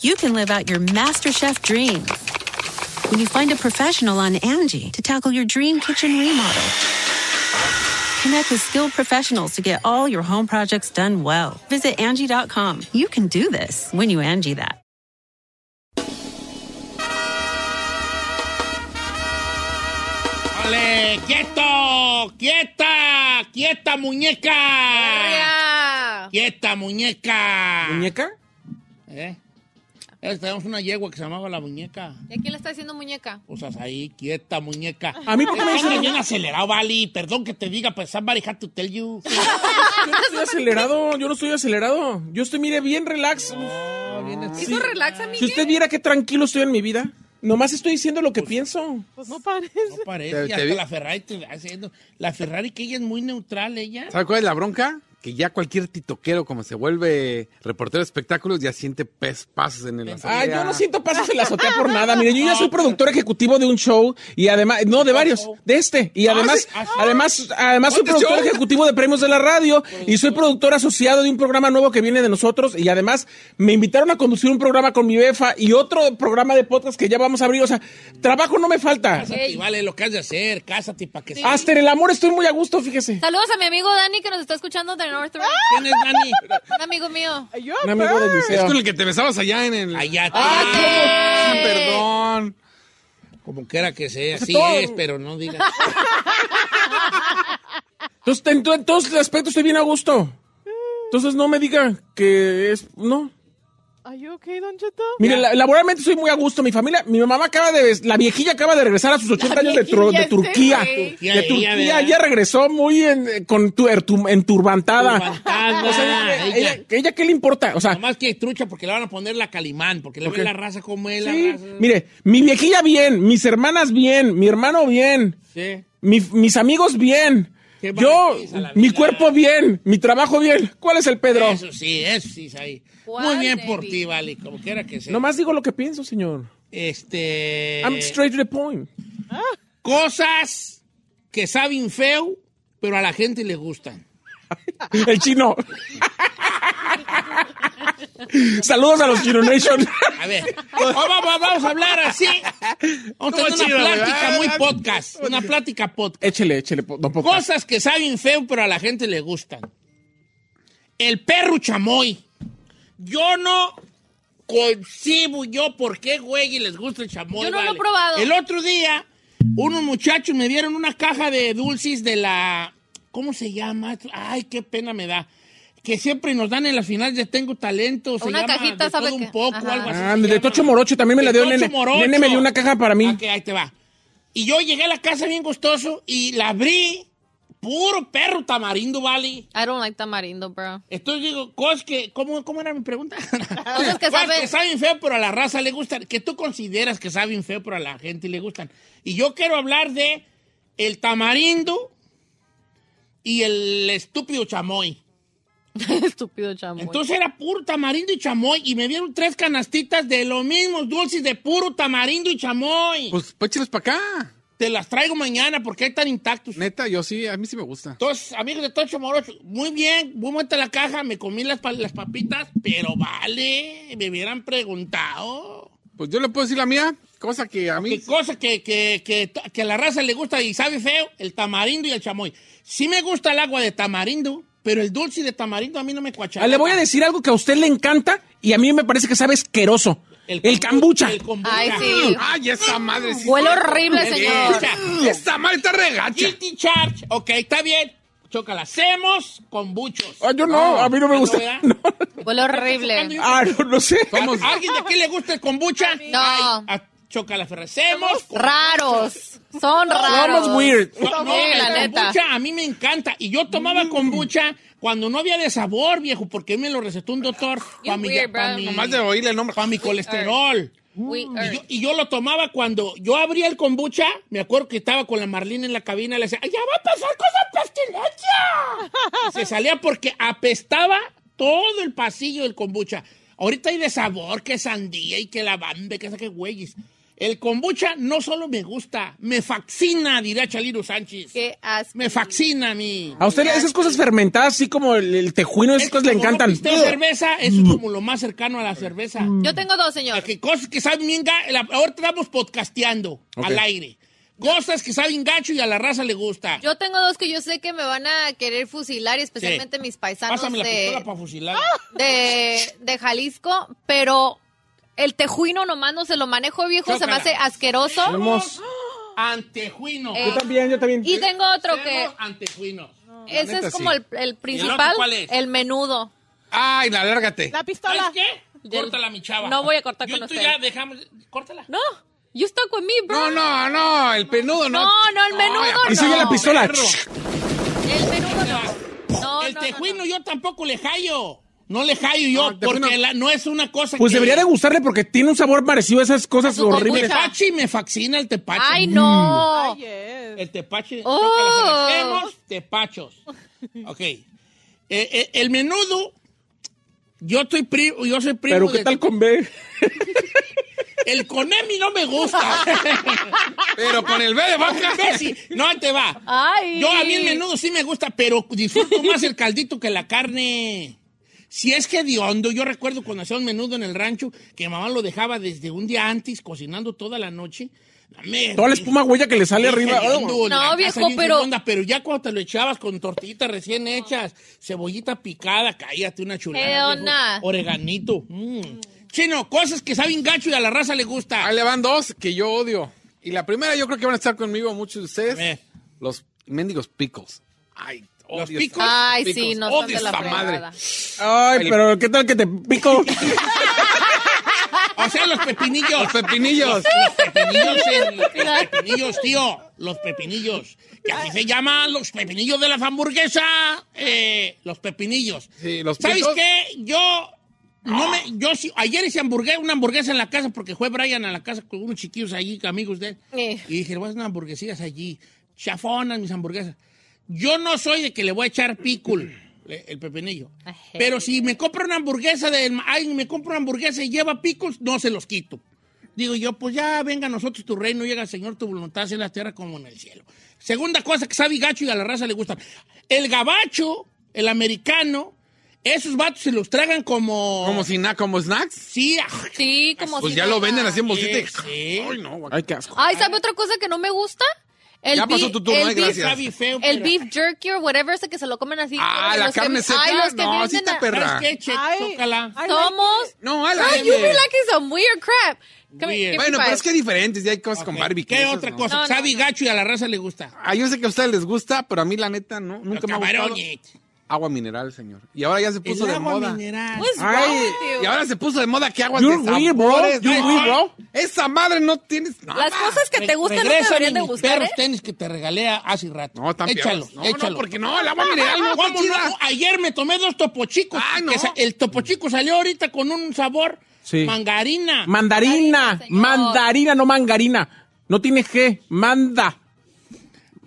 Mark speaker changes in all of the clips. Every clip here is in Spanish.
Speaker 1: You can live out your MasterChef dream when you find a professional on Angie to tackle your dream kitchen remodel. Connect with skilled professionals to get all your home projects done well. Visit Angie.com. You can do this when you Angie that.
Speaker 2: ¡Ole! ¡Quieto! ¡Quieta! ¡Quieta, muñeca! ¡Quieta, muñeca!
Speaker 3: ¿Muñeca?
Speaker 2: ¿Eh? Eh, Tenemos una yegua que se llamaba la muñeca.
Speaker 4: ¿Y aquí le está diciendo muñeca?
Speaker 2: Pues hasta ahí, quieta, muñeca.
Speaker 3: A mí, ¿por qué me
Speaker 2: Estás
Speaker 3: dicen
Speaker 2: bien acelerado, Vali. Perdón que te diga, pues somebody had to tell you.
Speaker 3: Yo no estoy acelerado, yo no estoy acelerado. Yo estoy, mire, bien relax.
Speaker 4: ¿Eso relaxa,
Speaker 3: Si
Speaker 4: Miguel?
Speaker 3: usted viera qué tranquilo estoy en mi vida. Nomás estoy diciendo lo que pienso.
Speaker 4: No parece.
Speaker 2: No parece.
Speaker 5: Te-
Speaker 2: y
Speaker 5: te
Speaker 2: hasta
Speaker 5: vi-
Speaker 2: la Ferrari te- haciendo. La Ferrari que ella es muy neutral, ella.
Speaker 5: ¿Sabes cuál es la bronca? Que ya cualquier titoquero, como se vuelve reportero de espectáculos, ya siente pes- pasos en el azotea.
Speaker 3: Ay, Ah, yo no siento pasos en la azotea por nada. Mire, yo ya soy productor ejecutivo de un show y además, no, de varios, de este. Y
Speaker 2: sí.
Speaker 3: además, además, además soy
Speaker 5: ¿Cuántos
Speaker 3: productor
Speaker 5: shows?
Speaker 3: ejecutivo de premios de la radio y soy productor asociado de un programa nuevo que viene de nosotros y además me invitaron a conducir un programa con mi befa y otro programa de podcast que ya vamos a abrir. O sea, trabajo no me falta.
Speaker 2: Cásate, y vale lo que has de hacer. Cásate para que
Speaker 3: Hasta en el amor estoy muy a gusto, fíjese.
Speaker 4: Saludos a mi amigo Dani que nos está escuchando de Northrop.
Speaker 2: ¿Quién es Dani?
Speaker 4: Un amigo mío.
Speaker 3: Un amigo de
Speaker 5: Es
Speaker 3: Liceo.
Speaker 6: pues.
Speaker 5: con el que te besabas allá en el...
Speaker 2: Allá
Speaker 5: Ah, perdón.
Speaker 2: Como quiera que sea. Así
Speaker 3: Todo.
Speaker 2: es, pero no digas.
Speaker 3: Entonces, en, to- en todos los aspectos estoy bien a gusto. Entonces, no me diga que es. No.
Speaker 6: ¿Are you okay, Don Cheto?
Speaker 3: Mire, la- laboralmente soy muy a gusto. Mi familia, mi mamá acaba de. ves- La viejilla acaba de regresar a sus 80 años de, tro- de
Speaker 6: viejilla este
Speaker 3: Turquía.
Speaker 6: güey.
Speaker 3: De
Speaker 2: Turquía, ella,
Speaker 3: Turquía.
Speaker 2: ¿verdad?
Speaker 3: Ella regresó muy en, eh, con tu, ertu- enturbantada.
Speaker 2: Levantada,
Speaker 3: ella,
Speaker 2: ella.
Speaker 3: ella- ella ¿qué le importa? O sea,
Speaker 2: Nomás que trucha porque le van a poner la calimán, porque le
Speaker 3: Ok.
Speaker 2: ven la raza como es la
Speaker 3: sí.
Speaker 2: raza.
Speaker 3: Mire, mi viejilla bien, mis hermanas bien, mi hermano bien.
Speaker 2: Sí.
Speaker 3: Mi- mis amigos bien.
Speaker 2: Qué
Speaker 3: Yo,
Speaker 2: maravilla la
Speaker 3: mi
Speaker 2: vida.
Speaker 3: cuerpo bien, mi trabajo bien. ¿Cuál es el Pedro?
Speaker 2: Eso sí, eso sí, es ahí.
Speaker 4: ¿Cuál,
Speaker 2: Muy bien por
Speaker 4: David?
Speaker 2: ti, Vale, como quiera que sea.
Speaker 3: Nomás digo lo que pienso, señor.
Speaker 2: Este.
Speaker 3: I'm straight to the point.
Speaker 2: Cosas que saben feo, pero a la gente le gustan.
Speaker 3: El chino. Saludos a los Chino Nation.
Speaker 2: A ver, oh, vamos, vamos a hablar así. Vamos a tener
Speaker 5: Estuvo chido,
Speaker 2: una plática
Speaker 3: Ah,
Speaker 5: ¿verdad?
Speaker 2: muy podcast. Una plática podcast.
Speaker 3: échele, échele. po- don Poca.
Speaker 2: Cosas que saben feo, pero a la gente le gustan. El perro chamoy. Yo no concibo yo por qué, güey, y les gusta el chamoy.
Speaker 4: Yo no lo he
Speaker 2: vale.
Speaker 4: probado.
Speaker 2: El otro día, unos muchachos me dieron una caja de dulces de la... ¿Cómo se llama? Ay, qué pena me da. Que siempre nos dan en las finales de Tengo Talento. Se
Speaker 4: Una
Speaker 2: llama
Speaker 4: cajita,
Speaker 2: de
Speaker 4: ¿sabe
Speaker 2: todo
Speaker 4: qué?
Speaker 2: un poco,
Speaker 4: Ajá.
Speaker 2: algo así.
Speaker 3: Ah,
Speaker 2: se
Speaker 3: de
Speaker 2: llama.
Speaker 3: Tocho Morocho también me la
Speaker 2: De
Speaker 3: dio
Speaker 2: Tocho
Speaker 3: Nene.
Speaker 2: Morocho. Ah,
Speaker 3: Nene me dio una caja para mí.
Speaker 2: Ok, ahí te va. Y yo llegué a la casa bien gustoso y la abrí. Puro perro tamarindo, vale.
Speaker 4: I don't like tamarindo, bro.
Speaker 2: Entonces digo, cosas que. ¿Cómo, cómo era mi pregunta?
Speaker 4: Cosas que saben-
Speaker 2: feo, pero a la raza le gustan. Que tú consideras que saben feo, pero a la gente le gustan. Y yo quiero hablar de el tamarindo y el estúpido chamoy.
Speaker 4: Estúpido chamo.
Speaker 2: Entonces era puro tamarindo y chamoy. Y me dieron tres canastitas de los mismos dulces de puro tamarindo y chamoy.
Speaker 5: Pues, pues échelos para acá.
Speaker 2: Te las traigo mañana porque ahí están intactos.
Speaker 5: Neta, yo sí, a mí sí me gusta.
Speaker 2: Entonces, amigos de Tocho Morocho, muy bien, muy muerta la caja, me comí las, pa- las papitas, pero vale, me hubieran preguntado.
Speaker 5: Pues yo le puedo decir la mía, cosa que a mí...
Speaker 2: Qué cosa que, que, que, que a la raza le gusta y sabe feo, el tamarindo y el chamoy. Sí me gusta el agua de tamarindo, pero el dulce de tamarindo a mí no me cuacha.
Speaker 3: Ah, le voy a decir algo que a usted le encanta y a mí me parece que sabe asqueroso. El, cambucha.
Speaker 2: El kombucha.
Speaker 4: Ay, sí.
Speaker 5: ¡Ay, esa madre! sí.
Speaker 4: Huele horrible,
Speaker 2: El
Speaker 4: señor.
Speaker 2: kombucha.
Speaker 5: ¡Esta madre está regacha!
Speaker 2: Guilty charge. Ok, está bien. Chócala. Hacemos con buchos.
Speaker 3: Ah, yo no, a mí no me gusta.
Speaker 2: ¿verdad?
Speaker 3: No.
Speaker 4: Huele horrible.
Speaker 3: Ah, no, no sé.
Speaker 2: ¿A alguien de aquí le gusta el kombucha?
Speaker 4: No.
Speaker 2: Ay, a- Chocala Ferrari. Semos
Speaker 4: Raros. Son raros.
Speaker 3: Somos weird.
Speaker 2: No,
Speaker 4: Sí,
Speaker 2: el
Speaker 4: la neta. Mm.
Speaker 2: kombucha a mí me encanta. Y yo tomaba kombucha cuando no había de sabor, viejo, porque me lo recetó un doctor para
Speaker 4: You're
Speaker 2: mi,
Speaker 4: weird,
Speaker 2: pa'
Speaker 4: bro.
Speaker 2: mi-
Speaker 5: Nomás de oírle el nombre.
Speaker 2: pa' mi colesterol.
Speaker 4: We
Speaker 2: Y
Speaker 4: are-
Speaker 2: Mm, yo, y yo lo tomaba cuando yo abría el kombucha, me acuerdo que estaba con la Marlene en la cabina, le decía, ¡Ay, ¡ya va a pasar con la pestilencia! Y se salía porque apestaba todo el pasillo del kombucha. Ahorita hay de sabor, que sandía y que lavande, que saque güeyes. El kombucha no solo me gusta, me fascina, diría Chalino Sánchez.
Speaker 4: Qué asco.
Speaker 2: Me fascina a mí.
Speaker 3: A usted esas cosas fermentadas, así como el, el tejuino, esas
Speaker 2: Es
Speaker 3: cosas le
Speaker 2: como no
Speaker 3: encantan.
Speaker 2: pisteo cerveza, eso es como lo más cercano a la cerveza.
Speaker 4: Yo tengo dos, señor.
Speaker 2: Que cosas que saben bien ga- la- Ahora estamos podcasteando
Speaker 5: Ok.
Speaker 2: al aire. Cosas que saben gacho y a la raza le gusta.
Speaker 4: Yo tengo dos que yo sé que me van a querer fusilar, y especialmente mis paisanos
Speaker 2: Pásame la
Speaker 4: de,
Speaker 2: pistola para fusilar.
Speaker 4: de, de Jalisco, pero el tejuino nomás no se lo manejo, viejo.
Speaker 2: Chócala.
Speaker 4: Se me hace asqueroso.
Speaker 3: Tenemos-
Speaker 2: Antejuino.
Speaker 4: ¡Ah! Eh,
Speaker 3: Yo también, yo también.
Speaker 4: Y tengo otro que...
Speaker 2: Tenemos Antejuino.
Speaker 4: Ese
Speaker 5: Ah. neta,
Speaker 4: es como
Speaker 5: sí.
Speaker 4: el, el
Speaker 2: ¿Y el
Speaker 4: principal,
Speaker 2: otro cuál es?
Speaker 4: el menudo.
Speaker 5: Ay, la lárgate.
Speaker 6: La
Speaker 2: ¿Sabes
Speaker 6: pistola.
Speaker 2: qué?
Speaker 4: Del-
Speaker 2: Córtala, mi chava.
Speaker 4: No voy a cortar
Speaker 2: Yo y
Speaker 4: con
Speaker 2: tú
Speaker 4: usted.
Speaker 2: ya dejamos. Córtala.
Speaker 4: No, you stuck with me, bro.
Speaker 5: No, no, no, el penudo no. pues,
Speaker 4: No, no, el menudo no.
Speaker 3: Y sigue la pistola.
Speaker 5: Perro.
Speaker 4: El menudo no. No,
Speaker 2: el
Speaker 4: no, no,
Speaker 2: tejuino
Speaker 4: no.
Speaker 2: yo tampoco le hallo. No le hallo yo,
Speaker 5: No, tejuino-
Speaker 2: porque la- no es una cosa
Speaker 3: Pues
Speaker 2: que-
Speaker 3: debería de gustarle porque tiene un sabor parecido a esas cosas
Speaker 4: su
Speaker 2: El
Speaker 3: horribles.
Speaker 4: kombucha.
Speaker 2: tepache me fascina el tepache.
Speaker 4: Ay, no.
Speaker 6: Ay, yes.
Speaker 2: El tepache.
Speaker 4: Oh.
Speaker 2: Chócalas, elegemos tepachos. Ok. Eh, eh, el menudo. Yo estoy primo, yo soy primo.
Speaker 3: Pero qué
Speaker 2: de-
Speaker 3: tal con B.
Speaker 2: El conemi no me gusta.
Speaker 5: Pero con el B de vaca.
Speaker 2: Imbécil. no, ahí te va.
Speaker 4: Ay.
Speaker 2: Yo a mí el menudo sí me gusta, pero disfruto más el caldito que la carne. Si es que de hondo, yo recuerdo cuando hacía un menudo en el rancho, que mamá lo dejaba desde un día antes cocinando toda la noche. Dame-
Speaker 3: Toda la espuma huella que le sale
Speaker 2: Dije,
Speaker 3: arriba.
Speaker 2: yo ando en
Speaker 4: No,
Speaker 2: la casa
Speaker 4: viejo,
Speaker 2: bien
Speaker 4: pero-
Speaker 2: segunda, pero ya cuando te lo echabas con tortillitas recién hechas, cebollita picada, caíate una chulada.
Speaker 4: Eh,
Speaker 2: viejo.
Speaker 4: ona.
Speaker 2: Oreganito. mm. Chino, cosas que saben gacho y a la raza le gusta.
Speaker 5: Ahí le van dos que yo odio. Y la primera yo creo que van a estar conmigo muchos de
Speaker 2: A ver.
Speaker 5: ustedes. Los mendigos pickles. Ay, odio
Speaker 2: Los
Speaker 5: esta-
Speaker 2: pickles.
Speaker 4: Ay,
Speaker 5: picos.
Speaker 4: sí, no
Speaker 5: Odio
Speaker 4: son de la
Speaker 5: esta
Speaker 4: fregada.
Speaker 5: madre.
Speaker 3: Ay, pero qué tal que te pico.
Speaker 2: O sea, los pepinillos.
Speaker 5: Los pepinillos.
Speaker 2: Los pepinillos, en- los pepinillos, tío. Los pepinillos. Que así se llaman los pepinillos de la hamburguesa. eh, los pepinillos.
Speaker 5: Sí, los
Speaker 2: ¿Sabes
Speaker 5: picos.
Speaker 2: qué? Yo. No me, yo sí, ayer hice hamburguesa, una hamburguesa en la casa porque fue Brian a la casa con unos chiquillos allí, amigos de él.
Speaker 4: Eh.
Speaker 2: Y dije, le voy a hacer unas hamburguesas allí. Chafonas mis hamburguesas. Yo no soy de que le voy a echar picul, le- el pepinillo.
Speaker 4: Ajá.
Speaker 2: Pero si me compro una hamburguesa de ay, me compro una hamburguesa y lleva picos, no se los quito. Digo yo, pues ya venga a nosotros tu reino, llega Señor tu voluntad sea en la tierra como en el cielo. Segunda cosa que sabe gacho y a la raza le gusta. El gabacho, el americano, esos vatos se los tragan como...
Speaker 5: Como si na- como snacks.
Speaker 2: Sí, ah,
Speaker 4: Sí, Oh. como
Speaker 5: Pues
Speaker 4: si
Speaker 5: ya
Speaker 4: nada.
Speaker 5: lo venden así en bolsita. y-
Speaker 2: Sí, sí.
Speaker 5: Ay, no, guaca.
Speaker 3: Ay, qué asco.
Speaker 4: Ay, ¿sabe otra cosa que no me gusta? El
Speaker 5: Ya
Speaker 4: beef-
Speaker 5: pasó tu turno,
Speaker 4: el
Speaker 5: ay,
Speaker 4: beef-
Speaker 5: gracias.
Speaker 2: sabe feo,
Speaker 4: El
Speaker 2: pero-
Speaker 4: beef jerky o whatever, ese que se lo comen así.
Speaker 5: Ah,
Speaker 4: como
Speaker 5: la
Speaker 4: los que-
Speaker 5: carne seca.
Speaker 4: Ay, los que
Speaker 5: no, sí
Speaker 4: venden
Speaker 5: está
Speaker 4: a-
Speaker 5: perra.
Speaker 2: ¿Sabes qué? Che-
Speaker 6: Ay,
Speaker 2: chócala.
Speaker 6: ay,
Speaker 4: Somos.
Speaker 5: No, a la
Speaker 4: Ay,
Speaker 5: M.
Speaker 4: you be liking some weird crap. Come
Speaker 2: Weird.
Speaker 4: here, give me
Speaker 5: Bueno,
Speaker 4: five.
Speaker 5: pero es que diferentes. Ya hay cosas con Barbie.
Speaker 2: ¿Qué otra cosa?
Speaker 4: No, no,
Speaker 2: sabe
Speaker 4: no.
Speaker 2: gacho y a la raza le gusta.
Speaker 5: Ah, yo sé que a ustedes les gusta, pero a mí la neta no, nunca me ha gustado.
Speaker 2: Camarones.
Speaker 5: Agua mineral, señor. Y ahora ya se
Speaker 2: El
Speaker 5: puso de
Speaker 2: agua
Speaker 5: moda.
Speaker 2: mineral.
Speaker 4: What's wrong
Speaker 3: Ay,
Speaker 4: with you?
Speaker 5: Y ahora se puso de moda que aguas
Speaker 3: You're
Speaker 5: de
Speaker 3: weird, bro.
Speaker 5: sabores.
Speaker 3: You're
Speaker 5: no,
Speaker 3: weird, bro.
Speaker 5: Esa madre no tienes nada.
Speaker 4: Las
Speaker 2: ¡Ah!
Speaker 4: cosas que te gustan no te
Speaker 2: Regrésame
Speaker 4: deberían de
Speaker 2: mis
Speaker 4: gustar,
Speaker 2: perros
Speaker 4: ¿eh?
Speaker 2: tenis que te regalé hace rato.
Speaker 5: No, están
Speaker 2: échalo,
Speaker 5: peores. No,
Speaker 2: échalo.
Speaker 5: no, porque no, el agua mineral no está
Speaker 2: ¿Cómo
Speaker 5: chida.
Speaker 2: no? Ayer me tomé dos topochicos.
Speaker 5: Ah, no.
Speaker 2: el topochico salió ahorita con un sabor
Speaker 3: Sí.
Speaker 2: mangarina.
Speaker 3: Mandarina,
Speaker 4: Mandarina, señor.
Speaker 3: mandarina, no mangarina. No tiene G, manda.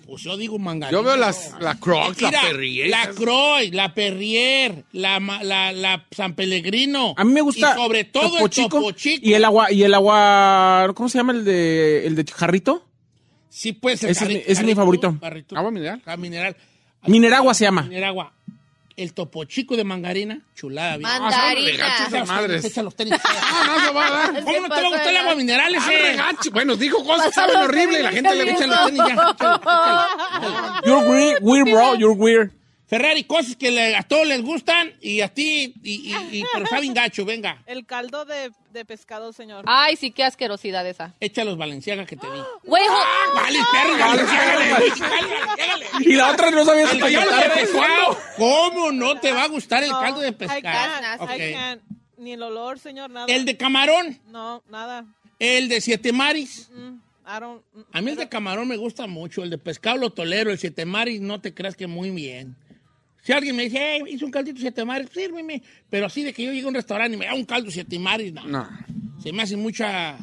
Speaker 2: pues yo digo mangarina.
Speaker 5: Yo veo las la Crocs, la
Speaker 2: Mira,
Speaker 5: Perrier.
Speaker 2: La Croix, la Perrier, la, ma- la, la San Pellegrino.
Speaker 3: A mí me
Speaker 2: Y
Speaker 3: gusta
Speaker 2: sobre todo
Speaker 3: Topo
Speaker 2: el topochico.
Speaker 3: y el agua y el agua, ¿cómo se llama el de el de jarrito?
Speaker 2: Sí, pues. el
Speaker 3: Ese es mi-
Speaker 2: carri-
Speaker 3: ese es mi
Speaker 2: carritu-
Speaker 3: favorito. Ah.
Speaker 2: carritu-
Speaker 5: Agua mineral.
Speaker 2: Ah, mineral.
Speaker 3: Mineragua se llama.
Speaker 2: Mineragua. El topochico de mangarina, chulada. bien.
Speaker 4: Manda-
Speaker 5: Ah, saben
Speaker 4: Mandarina.
Speaker 5: regacho esas
Speaker 2: Echa los tenis,
Speaker 5: madres.
Speaker 2: echa los tenis.
Speaker 5: No, no se va a dar.
Speaker 2: ¿Cómo no te va a gustar el agua mineral
Speaker 5: Ah,
Speaker 2: ese?
Speaker 5: regacho. Bueno, dijo cosas que saben horrible y la gente le
Speaker 2: Echa
Speaker 5: echa
Speaker 2: los
Speaker 5: la
Speaker 2: tenis ya, échalo, échalo.
Speaker 3: You're weird, weird, bro, you're weird.
Speaker 2: Ferrari, cosas que le- a todos les gustan y a ti, y, y- y- pero saben gacho, venga.
Speaker 6: El caldo de, de pescado, señor.
Speaker 4: Ay, sí, qué asquerosidad esa.
Speaker 2: Echa los Valenciaga que te di.
Speaker 4: Güey, jo-
Speaker 2: Ah, Vale, perro, Valenciaga,
Speaker 3: Y la otra no sabía
Speaker 2: El caldo
Speaker 3: etiquetar.
Speaker 2: de pescado. ¿Cómo no te va a gustar el caldo de
Speaker 6: I
Speaker 2: pescado?
Speaker 6: can't, I
Speaker 2: Ok.
Speaker 6: can't. Ni el olor, señor, nada.
Speaker 2: El de camarón.
Speaker 6: No, nada.
Speaker 2: El de Siete Maris.
Speaker 6: I don't-
Speaker 2: A mí el de camarón me gusta mucho. El de pescado lo tolero. El Siete Maris no te creas que muy bien. Si alguien me dice, hey, hice un caldito Siete Maris, sírveme. Pero así de que yo llegue a un restaurante y me da un caldo Siete Maris, no.
Speaker 5: No.
Speaker 2: Se me hace mucha...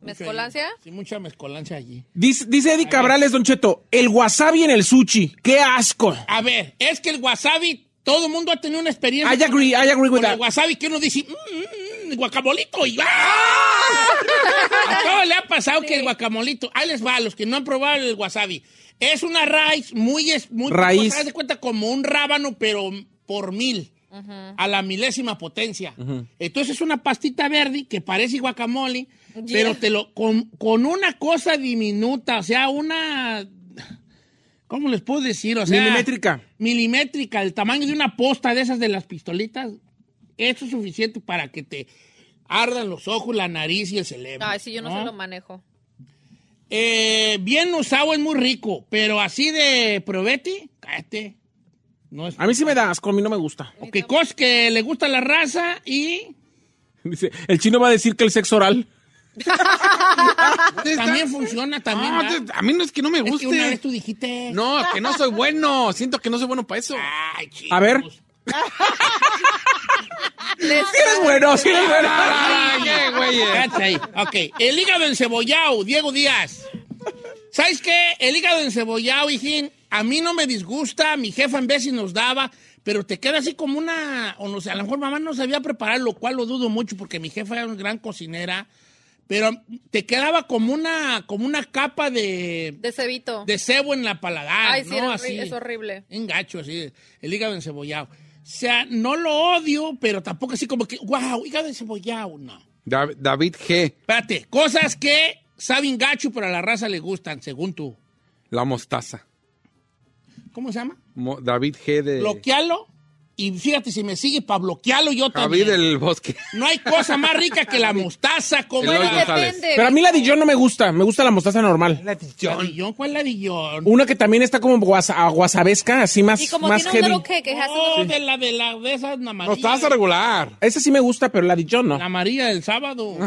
Speaker 4: ¿Mezcolancia?
Speaker 2: Sí, mucha mezcolancia allí.
Speaker 3: Dice, dice Eddie Cabrales, Don Cheto, el wasabi en el sushi. ¡Qué asco!
Speaker 2: A ver, es que el wasabi, todo el mundo ha tenido una experiencia.
Speaker 3: I agree, I agree with
Speaker 2: con
Speaker 3: that.
Speaker 2: el wasabi que uno dice, mmm, guacamolito, y ¡ah! A todos le ha pasado que el guacamolito, ahí les va, a los que no han probado el wasabi, es una raíz muy, es- muy
Speaker 3: Raíz.
Speaker 2: pues, haz de cuenta como un rábano, pero por mil, a la milésima potencia. Entonces es una pastita verde que parece guacamole, pero te lo, con, con una cosa diminuta, o sea, una... ¿Cómo les puedo decir? O sea,
Speaker 3: Milimétrica.
Speaker 2: milimétrica, el tamaño de una posta de esas de las pistolitas, eso es suficiente para que te ardan los ojos, la nariz y el cerebro.
Speaker 4: Ay, sí, yo no, sé lo manejo.
Speaker 2: Eh, bien usado es muy rico, pero así de probete, cállate. No es.
Speaker 3: A mí sí me da asco, a mí no me gusta.
Speaker 2: Ok, cosas que le gusta la raza y
Speaker 3: Dice, el chino va a decir que el sexo oral.
Speaker 2: también funciona, también.
Speaker 5: No,
Speaker 2: ¿verdad?
Speaker 5: Ah, te- a mí no es que no me
Speaker 2: Es
Speaker 5: guste.
Speaker 2: que una vez tú dijiste.
Speaker 5: No, que no soy bueno. Siento que no soy bueno para eso.
Speaker 2: Ay, chicos.
Speaker 3: A ver. Sí eres bueno, sí eres bueno.
Speaker 5: Ah, qué güey.
Speaker 2: Cállate ahí. Ok, el hígado encebollado, Diego Díaz. ¿Sabes qué? El hígado encebollado, hijín, a mí no me disgusta, mi jefa en veces nos daba, pero te queda así como una, o no sé, a lo mejor mamá no sabía preparar, lo cual lo dudo mucho porque mi jefa era una gran cocinera, pero te quedaba como una, como una capa de,
Speaker 4: De cebito.
Speaker 2: de cebo en la paladar,
Speaker 4: Ay, sí,
Speaker 2: ¿no?
Speaker 4: era horri-
Speaker 2: así.
Speaker 4: es horrible.
Speaker 2: Un gacho, así, el hígado encebollado. O sea, no lo odio, pero tampoco así como que, wow, hígado encebollado, no.
Speaker 5: Da- David G.
Speaker 2: Espérate, cosas que saben gacho, pero a la raza le gustan, según tú.
Speaker 5: La mostaza.
Speaker 2: ¿Cómo se llama?
Speaker 5: Mo- David G. de
Speaker 2: Bloquealo. Y fíjate, si me sigue para bloquearlo, yo
Speaker 5: Javi
Speaker 2: también.
Speaker 5: del Bosque.
Speaker 2: No hay cosa más rica que la mostaza. Como
Speaker 5: Eloy
Speaker 2: la...
Speaker 5: González.
Speaker 4: Depende.
Speaker 3: Pero a mí la Dijon no me gusta, me gusta la mostaza normal.
Speaker 2: Ladillón, ¿Cuál ladillón?
Speaker 3: Una que también está como guasa- aguasabesca, así más,
Speaker 4: Y como
Speaker 3: más
Speaker 4: tiene un
Speaker 3: heavy.
Speaker 4: duro que, que es así,
Speaker 2: Oh, de la de la de esas la amarilla.
Speaker 5: Mostaza regular.
Speaker 3: Esa sí me gusta, pero la Dijon no.
Speaker 2: La amarilla del sábado.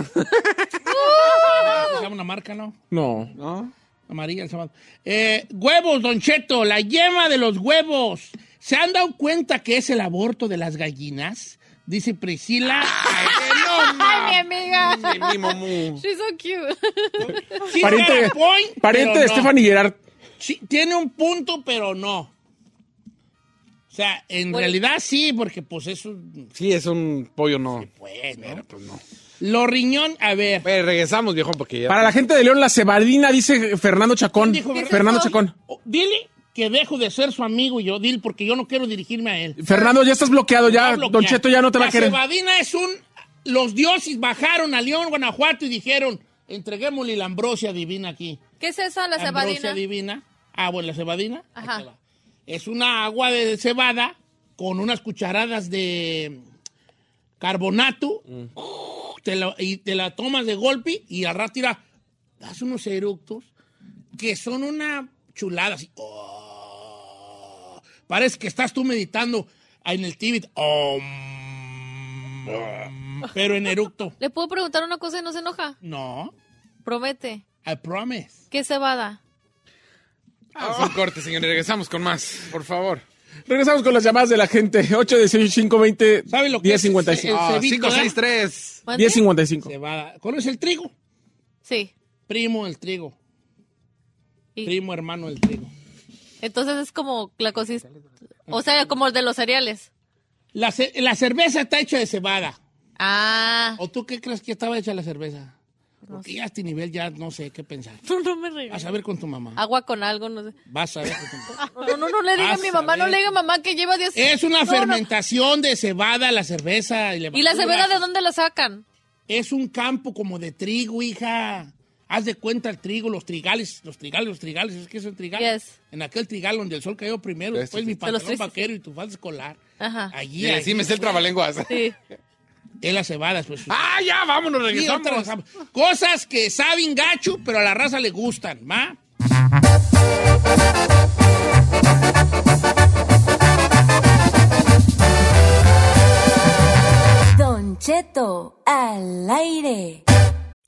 Speaker 2: se llama una marca, ¿no?
Speaker 3: No.
Speaker 2: Amarilla el sábado. Eh, huevos, Don Cheto, la yema de los huevos. ¿Se han dado cuenta que es el aborto de las gallinas? Dice Priscila.
Speaker 4: Ay, mi amiga.
Speaker 5: Mi momu.
Speaker 4: She's so cute.
Speaker 2: Sí,
Speaker 3: Pariente-
Speaker 2: got a point,
Speaker 3: Pariente
Speaker 2: pero
Speaker 3: de
Speaker 2: no.
Speaker 3: Stephanie Gerard.
Speaker 2: Sí, tiene un punto, pero no. O sea, en realidad sí, porque pues eso...
Speaker 5: Sí, es un pollo no.
Speaker 2: Pues, ¿no?
Speaker 5: Pero, pues, no.
Speaker 2: Los riñón, a ver.
Speaker 5: Pero eh, regresamos, viejo, porque ya.
Speaker 3: Para la gente de León, la cebadina, dice Fernando Chacón.
Speaker 2: ¿Quién dijo, verdad?
Speaker 3: Fernando Chacón.
Speaker 2: Oh, Dile que dejo de ser su amigo yo, Dil, porque yo no quiero dirigirme a él.
Speaker 3: Fernando, ya estás bloqueado, ya.
Speaker 2: Pablo,
Speaker 3: Don
Speaker 2: que-
Speaker 3: Cheto ya no te va a
Speaker 2: la
Speaker 3: querer.
Speaker 2: cebadina es un... Los dioses bajaron a León, Guanajuato y dijeron, entreguémosle la ambrosia divina aquí.
Speaker 4: ¿Qué es esa, la
Speaker 2: Ambrosia
Speaker 4: cebadina?
Speaker 2: divina. Ah, bueno, la cebadina. Ahí
Speaker 4: Ajá.
Speaker 2: te va. Es una agua de cebada con unas cucharadas de carbonato. Te la- y te la tomas de golpe y al rato irá. Das unos eructos que son una chulada. Así. Oh. parece que estás tú meditando en el Tíbet. Oh. pero en eructo.
Speaker 4: ¿Le puedo preguntar una cosa y no se enoja?
Speaker 2: No.
Speaker 4: Promete.
Speaker 2: I promise.
Speaker 4: ¿Qué es cebada?
Speaker 5: Vamos a Ah, un corte, señores. Regresamos con más, por favor.
Speaker 3: Regresamos con las llamadas de la gente. 818-520.
Speaker 2: ¿Sabe lo que es? El
Speaker 5: Ah,
Speaker 2: cebito, ¿verdad?
Speaker 5: 563.
Speaker 4: ¿Mande?
Speaker 3: 1055.
Speaker 2: Cebada. ¿Conoces el trigo?
Speaker 4: Sí.
Speaker 2: Primo el trigo.
Speaker 4: Y-
Speaker 2: Primo hermano el trigo.
Speaker 4: Entonces es como la cosis... O sea, como el de los cereales.
Speaker 2: La, ce- la cerveza está hecha de cebada.
Speaker 4: Ah.
Speaker 2: ¿O tú qué crees que estaba hecha la cerveza? Porque ya a este nivel ya no sé qué pensar.
Speaker 4: No, no me regales.
Speaker 2: Vas a ver con tu mamá.
Speaker 4: Agua con algo, no sé.
Speaker 2: Vas a ver con tu mamá.
Speaker 4: No, no, no le diga a mi
Speaker 2: Vas
Speaker 4: mamá,
Speaker 2: a
Speaker 4: no
Speaker 2: ver.
Speaker 4: le diga a mamá que lleva 10...
Speaker 2: Es una
Speaker 4: No, no.
Speaker 2: fermentación de cebada la cerveza. ¿Y,
Speaker 4: ¿Y la
Speaker 2: levaduras.
Speaker 4: cebada de dónde la sacan?
Speaker 2: Es un campo como de trigo, hija. Haz de cuenta el trigo, los trigales, los trigales, los trigales, es que son trigales.
Speaker 4: Yes.
Speaker 2: En aquel trigal donde el sol cayó primero,
Speaker 5: Yes,
Speaker 2: después
Speaker 5: Este sí,
Speaker 2: mi
Speaker 4: los
Speaker 2: pantalón
Speaker 4: tristes.
Speaker 2: vaquero y tu falda escolar.
Speaker 4: Ajá.
Speaker 2: Allí,
Speaker 5: Y así Eh, me sé el trabalenguas.
Speaker 4: Sí.
Speaker 2: Es las cebadas, pues.
Speaker 5: Ah, ya, vámonos,
Speaker 2: Sí,
Speaker 5: regresamos.
Speaker 2: ahorita regresamos. Cosas que saben gacho, pero a la raza le gustan, ¿va?
Speaker 7: Don Cheto, al aire.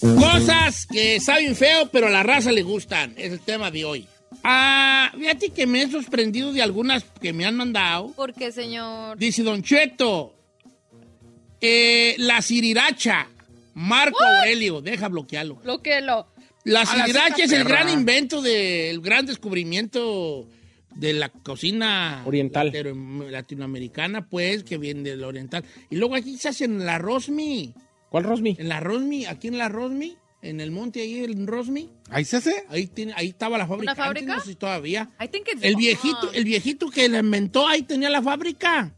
Speaker 2: Cosas que saben feo, pero a la raza le gustan. Es el tema de hoy. Ah, fíjate que me he sorprendido de algunas que me han mandado.
Speaker 4: ¿Por qué, señor?
Speaker 2: Dice Don Cheto, eh, la siriracha, Marco Aurelio, deja bloquearlo.
Speaker 4: Lo que lo.
Speaker 2: La
Speaker 5: la
Speaker 2: siriracha
Speaker 5: cita
Speaker 2: es el
Speaker 5: perra.
Speaker 2: gran invento, del gran descubrimiento de la cocina
Speaker 3: Oriental.
Speaker 2: latero- latinoamericana, pues, que viene del oriental. Y luego aquí se hace en la Rosmi,
Speaker 3: ¿Cuál Rosmi?
Speaker 2: en la Rosmi, aquí en la Rosmi, en el monte ahí en Rosmi,
Speaker 5: ¿Ahí se hace?
Speaker 2: ahí, tiene, ahí estaba la fábrica. antes,
Speaker 4: fábrica?
Speaker 2: no sé si todavía.
Speaker 4: I think it's
Speaker 2: El viejito, el viejito que la inventó ahí tenía la fábrica.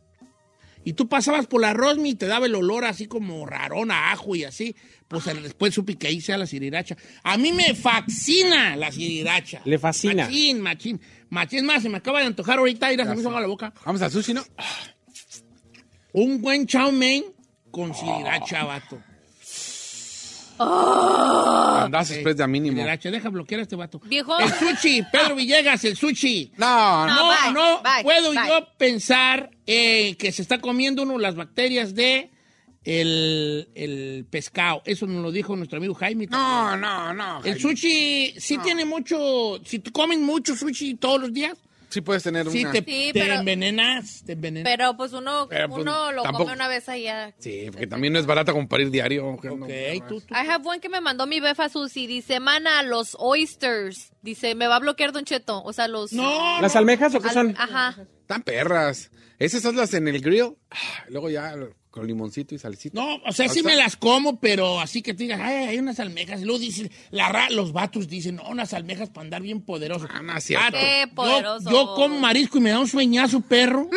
Speaker 2: Y tú pasabas por la Rosmi y te daba el olor así como rarón a ajo y así. Pues al- después supe que ahí sea la siriracha. A mí me fascina la siriracha.
Speaker 3: Le fascina.
Speaker 2: Machín, machín. Machín, es más, se me acaba de antojar ahorita ir a me hizo agua la boca.
Speaker 5: Vamos a sushi, ¿no?
Speaker 2: Un buen chow mein
Speaker 3: Oh.
Speaker 2: con siriracha, vato.
Speaker 5: Andás después de a mínimo.
Speaker 2: Sriracha, deja bloquear a este vato.
Speaker 4: Viejo.
Speaker 2: El sushi, Pedro Villegas, el sushi.
Speaker 5: No, no.
Speaker 4: No,
Speaker 2: no,
Speaker 4: Ah, bye,
Speaker 2: no
Speaker 4: bye,
Speaker 2: puedo
Speaker 4: bye.
Speaker 2: yo pensar eh, que se está comiendo uno las bacterias de el, el pescado. Eso nos lo dijo nuestro amigo Jaime.
Speaker 5: No, no, no.
Speaker 2: el
Speaker 5: Jaime.
Speaker 2: sushi sí tiene mucho, si tú comes mucho sushi todos los días,
Speaker 5: Sí puedes tener
Speaker 2: sí
Speaker 5: una.
Speaker 2: te,
Speaker 4: Sí,
Speaker 2: te
Speaker 4: pero-
Speaker 2: envenenas, te envenenas.
Speaker 4: Pero pues uno,
Speaker 5: Pero, pues,
Speaker 4: uno lo
Speaker 5: tampoco-
Speaker 4: come una vez allá.
Speaker 5: Sí, porque también no es barata comprar ir diario. que no-
Speaker 2: Ok, tú- tú-
Speaker 4: I have one que me mandó mi befa Susi. Dice, mana, los oysters. Dice, me va a bloquear Don Cheto. O sea, los...
Speaker 2: No,
Speaker 3: ¿Las
Speaker 2: no,
Speaker 3: almejas o qué
Speaker 4: al-
Speaker 3: son?
Speaker 4: Ajá.
Speaker 5: Están perras. Esas hazlas en el grill. ah, Luego ya con limoncito y salsita.
Speaker 2: no, o sea, sí me las como, pero así que te digas, ay, hay unas almejas. Y luego dicen, la ra- los vatos dicen, no, unas almejas para andar bien poderoso.
Speaker 5: Ah, no es cierto.
Speaker 4: Qué
Speaker 2: Yo-
Speaker 4: poderoso.
Speaker 2: Yo, como marisco y me da un sueñazo, perro.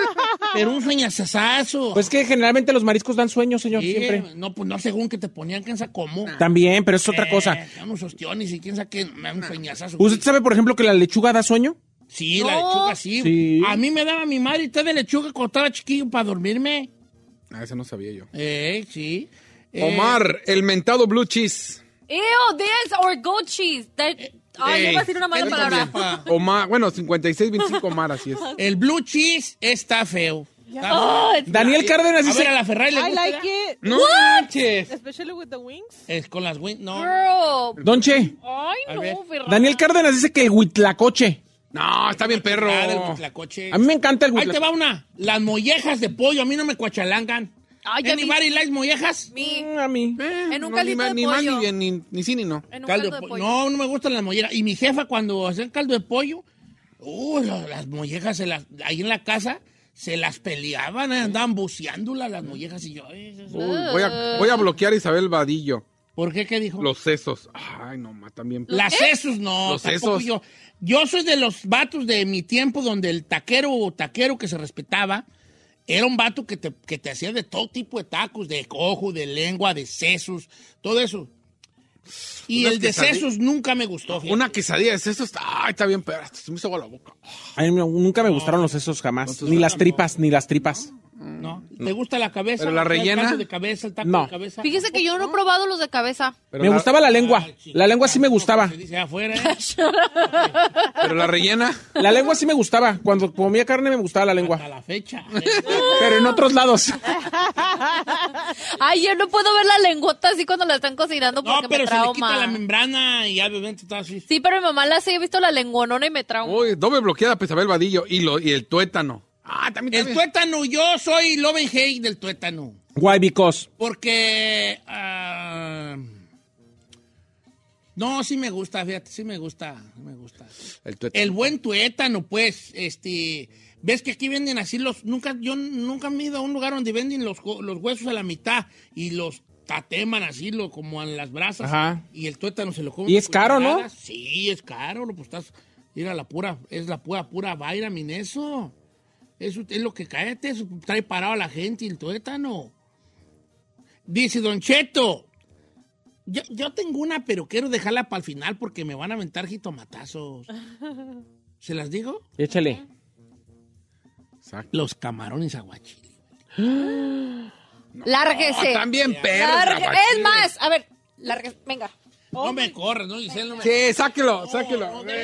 Speaker 2: pero un sueñazazazo.
Speaker 3: Pues que generalmente los mariscos dan sueño, señor,
Speaker 2: Sí,
Speaker 3: siempre.
Speaker 2: No, pues no, según que te ponían, quién sabe cómo.
Speaker 3: También, pero es otra
Speaker 2: Eh,
Speaker 3: cosa.
Speaker 2: dan unos ostiones y quién sabe qué, me da un sueñazazo.
Speaker 3: ¿Usted sabe, por ejemplo, que la lechuga da sueño?
Speaker 2: Sí, la
Speaker 4: No.
Speaker 2: lechuga, sí.
Speaker 3: Sí.
Speaker 2: A mí me daba mi madre té de lechuga cuando estaba chiquillo para dormirme.
Speaker 5: Ah, eso no sabía yo.
Speaker 2: Eh, sí.
Speaker 5: Oh,
Speaker 2: Eh,
Speaker 5: Omar, el mentado blue cheese.
Speaker 4: Ew, this or goat cheese. That- Ay,
Speaker 2: eh,
Speaker 4: yo iba a decir una mala
Speaker 2: eso
Speaker 4: palabra.
Speaker 2: también. Ah,
Speaker 5: Omar, bueno, 5625 Omar, así es.
Speaker 2: El blue cheese está feo. Está feo.
Speaker 3: Daniel Cárdenas
Speaker 2: a
Speaker 3: dice...
Speaker 2: ver, a la Ferrari le
Speaker 6: I
Speaker 2: gusta.
Speaker 6: like it,
Speaker 5: No manches.
Speaker 6: especially with the wings.
Speaker 2: Es con las win, no.
Speaker 4: Girl.
Speaker 3: Don Che,
Speaker 4: Ay,
Speaker 2: A
Speaker 4: no,
Speaker 2: ver.
Speaker 4: Ferrari.
Speaker 3: Daniel Cárdenas dice que el huitlacoche.
Speaker 5: No, está bien perro.
Speaker 2: Ah, del huitlacoche.
Speaker 3: A mí me encanta el
Speaker 2: Ahí te
Speaker 3: huitlacoche.
Speaker 2: va una. Las mollejas de pollo, a mí no me cuachalangan.
Speaker 4: Ay, ya vi-
Speaker 2: ¿Anybody likes mollejas?
Speaker 4: Mi-
Speaker 3: Mm, A mí.
Speaker 5: Eh,
Speaker 4: En un
Speaker 5: no,
Speaker 4: caldito
Speaker 5: ni,
Speaker 4: de
Speaker 5: ma- ni mal,
Speaker 4: pollo.
Speaker 5: ni bien, ni, ni sí ni no.
Speaker 4: En
Speaker 2: Caldo
Speaker 4: un caldo
Speaker 2: de
Speaker 4: de
Speaker 2: po-
Speaker 4: pollo.
Speaker 2: No, no me gustan las mollejas. Y mi jefa cuando hacía caldo de pollo, uh, la- las mollejas se las, ahí en la casa se las peleaban, eh, andaban buceándolas las mollejas y yo. ay, eso es-
Speaker 5: Uy, voy, a, voy a bloquear a Isabel Vadillo.
Speaker 2: ¿Por qué qué dijo?
Speaker 5: Los sesos. Ay, no, ma, también.
Speaker 2: las sesos, no.
Speaker 5: Los
Speaker 2: tampoco
Speaker 5: sesos.
Speaker 2: Yo. yo soy de los vatos de mi tiempo donde el taquero o taquero que se respetaba era un vato que te, que te hacía de todo tipo de tacos, de cojo, de lengua, de sesos, todo eso. Y
Speaker 5: Unas
Speaker 2: el de
Speaker 5: quesadillas.
Speaker 2: sesos nunca me gustó. fíjate.
Speaker 5: Una quesadilla de sesos. Ay, está bien perra. Se me hizo agua la boca.
Speaker 3: A mí no- nunca me gustaron los sesos jamás. Ni las tripas, ni las tripas.
Speaker 2: No. ¿Te gusta la cabeza?
Speaker 5: ¿Pero la
Speaker 2: ¿El
Speaker 5: rellena?
Speaker 2: caldo de cabeza, el taco
Speaker 3: No.
Speaker 2: de cabeza.
Speaker 4: Fíjese que yo no he probado los de cabeza.
Speaker 5: Pero
Speaker 3: me
Speaker 5: la-
Speaker 3: gustaba la lengua. La lengua sí me gustaba.
Speaker 2: Se dice afuera, ¿eh?
Speaker 5: Pero la rellena.
Speaker 3: La lengua sí me gustaba. Cuando comía carne me gustaba la
Speaker 2: A
Speaker 3: lengua.
Speaker 2: la fecha. ¿eh?
Speaker 3: Pero en otros lados.
Speaker 4: Ay, yo no puedo ver la lengota así cuando la están cocinando
Speaker 2: No,
Speaker 4: porque
Speaker 2: pero
Speaker 4: me
Speaker 2: se le quita
Speaker 4: trauma.
Speaker 2: la membrana y ya obviamente está así.
Speaker 4: Sí, pero mi mamá la hace, he visto la lenguonona y me trauma.
Speaker 5: Uy, doble bloqueada, Pesabel Vadillo. Y, lo, y el tuétano. Ah, también.
Speaker 2: El
Speaker 5: también.
Speaker 2: tuétano, yo soy love and hate del tuétano.
Speaker 3: Why because.
Speaker 2: Porque. ah, no, sí me gusta, fíjate, sí me gusta, sí me gusta.
Speaker 5: El tuétano.
Speaker 2: El buen tuétano, pues, este. Ves que aquí venden así los. Nunca, yo nunca me he ido a un lugar donde venden los, ju- los huesos a la mitad y los tateman así, lo, como en las brasas.
Speaker 3: Ajá.
Speaker 2: Y el tuétano se lo come.
Speaker 3: Y es caro, ¿no?
Speaker 2: cucharadas. Sí, es caro, lo, pues estás. Mira, la pura, es la pura, pura vitamin eso. Eso es lo que caete, eso trae parado a la gente y el tuétano. Dice Don Cheto. Yo, yo tengo una, pero quiero dejarla para el final porque me van a aventar jitomatazos. ¿Se las digo?
Speaker 3: Échale.
Speaker 5: Exacto.
Speaker 2: Los camarones aguachile.
Speaker 4: Lárguese.
Speaker 5: También perros.
Speaker 4: Largue-
Speaker 5: gabachiles.
Speaker 4: Es más, a ver, lárguese. Venga. Oh
Speaker 2: No me corras, ¿no, Giselle? No me...
Speaker 5: Sí, sáquelo, sáquelo.
Speaker 4: Apágale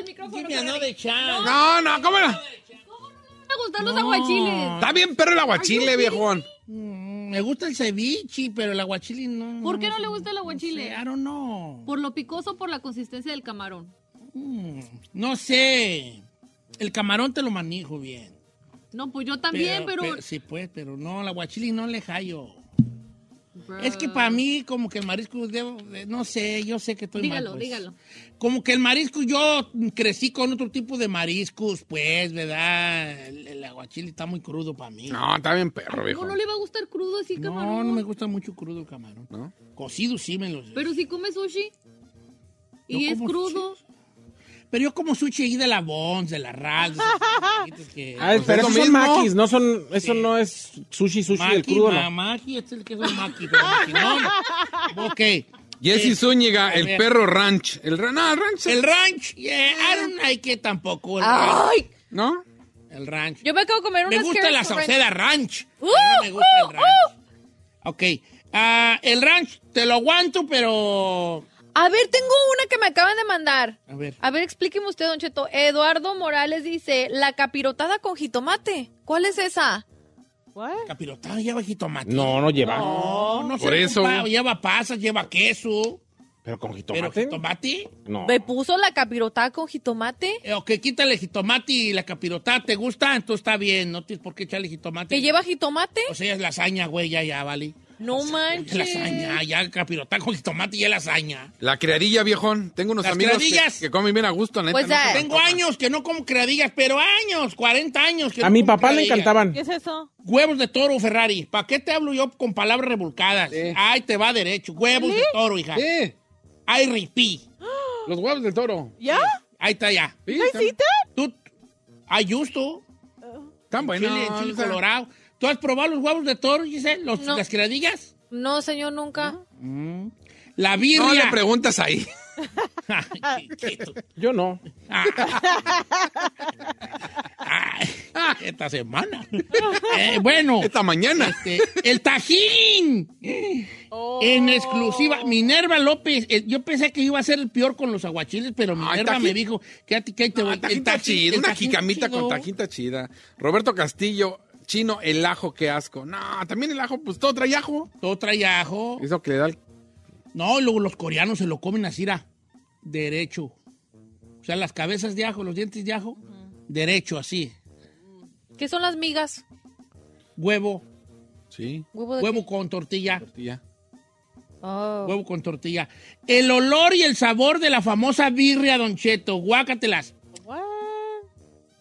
Speaker 4: el micrófono.
Speaker 2: Dime, no de chance.
Speaker 5: No, no, ¿cómo no?
Speaker 4: Me gustan los aguachiles.
Speaker 5: Está bien perro el aguachile, viejón.
Speaker 2: Mm, Me gusta el ceviche, pero el aguachile no.
Speaker 4: ¿Por qué no le gusta el aguachile?
Speaker 2: sé, I don't know.
Speaker 4: Por lo picoso, o por la consistencia del camarón.
Speaker 2: No sé. El camarón te lo manejo bien.
Speaker 4: No, pues yo también, pero.
Speaker 2: Sí, pues, pero no, el aguachile no le hallo.
Speaker 4: Bro.
Speaker 2: Es que para mí, como que el marisco, debo- de- no sé, yo sé que estoy
Speaker 4: Dígalo,
Speaker 2: mal. pues.
Speaker 4: dígalo.
Speaker 2: Como que el marisco, yo crecí con otro tipo de mariscos, pues, ¿verdad? El, el aguachile está muy crudo para mí.
Speaker 5: No, está bien perro,
Speaker 4: ¿Cómo
Speaker 5: viejo.
Speaker 4: no le va a gustar crudo así,
Speaker 2: no,
Speaker 4: camarón?
Speaker 2: no me gusta mucho crudo el camarón.
Speaker 5: ¿No?
Speaker 2: Cocido sí me los...
Speaker 4: Pero si come sushi. Y
Speaker 2: Yo
Speaker 4: es
Speaker 2: como
Speaker 4: crudo.
Speaker 2: Pero yo como sushi ahí de la Bons, de la Rals, que...
Speaker 3: Ah, pero
Speaker 5: es lo
Speaker 3: esos son
Speaker 5: mismo.
Speaker 3: maquis, no son, eso no es sushi, sushi, el
Speaker 2: Maki,
Speaker 3: crudo,
Speaker 2: ma-
Speaker 3: no.
Speaker 2: Maki, este es el que es un Maki, pero maquinón. Ok.
Speaker 5: Jesse Zúñiga,
Speaker 2: a
Speaker 5: el
Speaker 2: ver.
Speaker 5: perro ranch. El, ra- no, el ranch.
Speaker 2: El ranch, yeah, I don't like it tampoco. El,
Speaker 4: ¡Ay!
Speaker 5: ¿No?
Speaker 2: ranch, el ranch.
Speaker 4: Yo me acabo de comer unas
Speaker 2: Me gusta
Speaker 4: carrots
Speaker 2: la
Speaker 4: con ranch.
Speaker 2: sauceda ranch.
Speaker 4: Uh,
Speaker 2: pero no me gusta
Speaker 4: uh,
Speaker 2: el ranch. Ok. ah, el ranch, te lo aguanto, pero.
Speaker 4: A ver, tengo una que me acaban de mandar.
Speaker 2: A ver.
Speaker 4: A ver, explíqueme usted, Don Cheto. Eduardo Morales dice, la capirotada con jitomate. ¿Cuál es esa?
Speaker 6: What?
Speaker 2: Capirotada lleva jitomate.
Speaker 3: No, no lleva.
Speaker 2: no, no
Speaker 5: Por
Speaker 2: sé,
Speaker 5: eso.
Speaker 2: compa, lleva pasas, lleva queso.
Speaker 3: Pero con
Speaker 2: Pero
Speaker 3: jitomate.
Speaker 2: jitomate.
Speaker 3: No.
Speaker 4: ¿Me puso la capirotada con jitomate?
Speaker 2: eh, Ok, quítale jitomate y la capirotada te gusta, entonces está bien. No tienes por qué echarle jitomate.
Speaker 4: ¿Que lleva jitomate?
Speaker 2: O sea, es lasaña, güey, ya, ya, vale.
Speaker 4: No
Speaker 2: Es lasaña,
Speaker 4: manches.
Speaker 2: ya capirotada con jitomate y es lasaña.
Speaker 5: La criadilla, viejón. Tengo unos
Speaker 2: Las
Speaker 5: amigos que,
Speaker 2: criadillas.
Speaker 5: que comen bien a gusto, neta.
Speaker 4: Pues,
Speaker 5: no
Speaker 4: ah.
Speaker 5: se
Speaker 2: Tengo años que no como criadillas, pero años, 40 años. Que
Speaker 3: A
Speaker 2: no
Speaker 3: mi
Speaker 2: como
Speaker 3: papá le
Speaker 2: criadillas.
Speaker 3: encantaban.
Speaker 6: ¿Qué es eso?
Speaker 2: Huevos de toro, Ferrari. ¿Para qué te hablo yo con palabras revolcadas? Ay, te va derecho. Huevos de toro, hija.
Speaker 5: ¿Qué?
Speaker 2: Ay, ripí.
Speaker 5: Los huevos del toro.
Speaker 6: ¿Ya?
Speaker 2: Ahí está ya.
Speaker 5: Sí,
Speaker 6: ¿Ya
Speaker 5: están-
Speaker 6: hiciste?
Speaker 2: Tú, ay, justo.
Speaker 5: Están buenos.
Speaker 2: chile, chile
Speaker 5: o sea,
Speaker 2: colorado. ¿Tú has probado los huevos de toro, Giselle? Los-
Speaker 4: No.
Speaker 2: ¿Las criadillas?
Speaker 4: No, señor, nunca.
Speaker 2: La
Speaker 5: No le
Speaker 2: birria.
Speaker 5: preguntas ahí.
Speaker 2: Ay, qué- qué-
Speaker 3: Yo no.
Speaker 2: Ah. Ay, esta semana. Eh, bueno.
Speaker 5: Esta mañana.
Speaker 2: Este, el tajín. En exclusiva. Minerva López. eh, Yo pensé que iba a ser el peor con los aguachiles, pero Minerva
Speaker 5: tajín.
Speaker 2: me dijo que a ti que ahí te voy.
Speaker 5: Ah,
Speaker 2: este, El
Speaker 5: tajita
Speaker 2: tajín-
Speaker 5: chida.
Speaker 2: el
Speaker 5: Una
Speaker 2: tajín
Speaker 5: jicamita
Speaker 2: chido.
Speaker 5: con tajita chida. Roberto Castillo, chino, el ajo, qué asco. No, también el ajo, pues todo trae ajo.
Speaker 2: Todo trae ajo.
Speaker 5: Eso que le da el
Speaker 2: No, y luego los coreanos se lo comen así, era derecho. O sea, las cabezas de ajo, los dientes de ajo, derecho, así.
Speaker 4: ¿Qué son las migas?
Speaker 2: Huevo,
Speaker 5: Sí,
Speaker 4: Huevo de...
Speaker 2: huevo con tortilla.
Speaker 5: tortilla.
Speaker 4: Oh.
Speaker 2: Huevo con tortilla. El olor y el sabor de la famosa birria, Don Cheto. Guácatelas.
Speaker 6: What?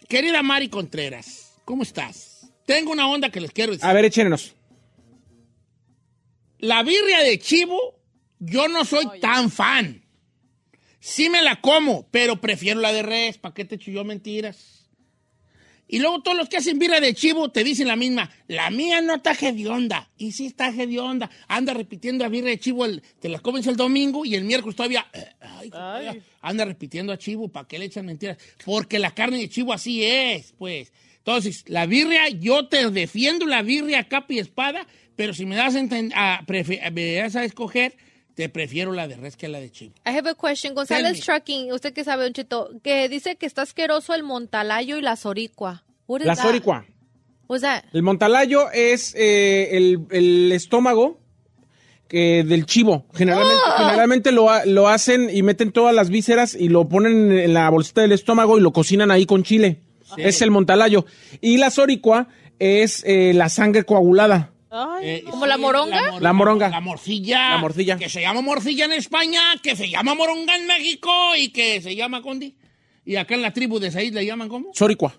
Speaker 2: Querida Mari Contreras, ¿cómo estás? Tengo una onda que les quiero decir.
Speaker 3: A ver, échenos.
Speaker 2: La birria de chivo, yo no soy tan fan. Sí me la como, pero prefiero la de res. ¿Para qué te echo yo mentiras? Y luego todos los que hacen birria de chivo te dicen la misma. La mía no está hedionda. Y sí está hedionda. Anda repitiendo a birria de chivo. el- te la comes el domingo y el miércoles todavía... eh, ay, anda repitiendo a chivo. ¿Para qué le echan mentiras? Porque la carne de chivo así es, pues. Entonces, la birria, yo te defiendo la birria a capa y espada, pero si me das a, enten- a prefe- me das a escoger, te prefiero la de res que la de chivo.
Speaker 4: I have a
Speaker 2: Tell me.
Speaker 4: question. González Trucking, usted que sabe, Don Cheto, que dice que está asqueroso el montalayo y la zoricua. What is
Speaker 3: La
Speaker 4: that?
Speaker 3: zoricua.
Speaker 4: What's that?
Speaker 3: El montalayo es eh, el, el estómago eh, del chivo. Generalmente, generalmente lo, ha- lo hacen y meten todas las vísceras y lo ponen en la bolsita del estómago y lo cocinan ahí con chile. Es el montalayo. Y la zoricua es eh, la sangre coagulada.
Speaker 6: Ay,
Speaker 2: Eh,
Speaker 4: ¿Como la moronga?
Speaker 2: mor-
Speaker 3: La moronga.
Speaker 2: La morcilla.
Speaker 3: La morcilla.
Speaker 2: Que se llama morcilla en España, que se llama moronga en México y que se llama condi. Y acá en la tribu de Said le llaman ¿cómo?
Speaker 3: Zoricua.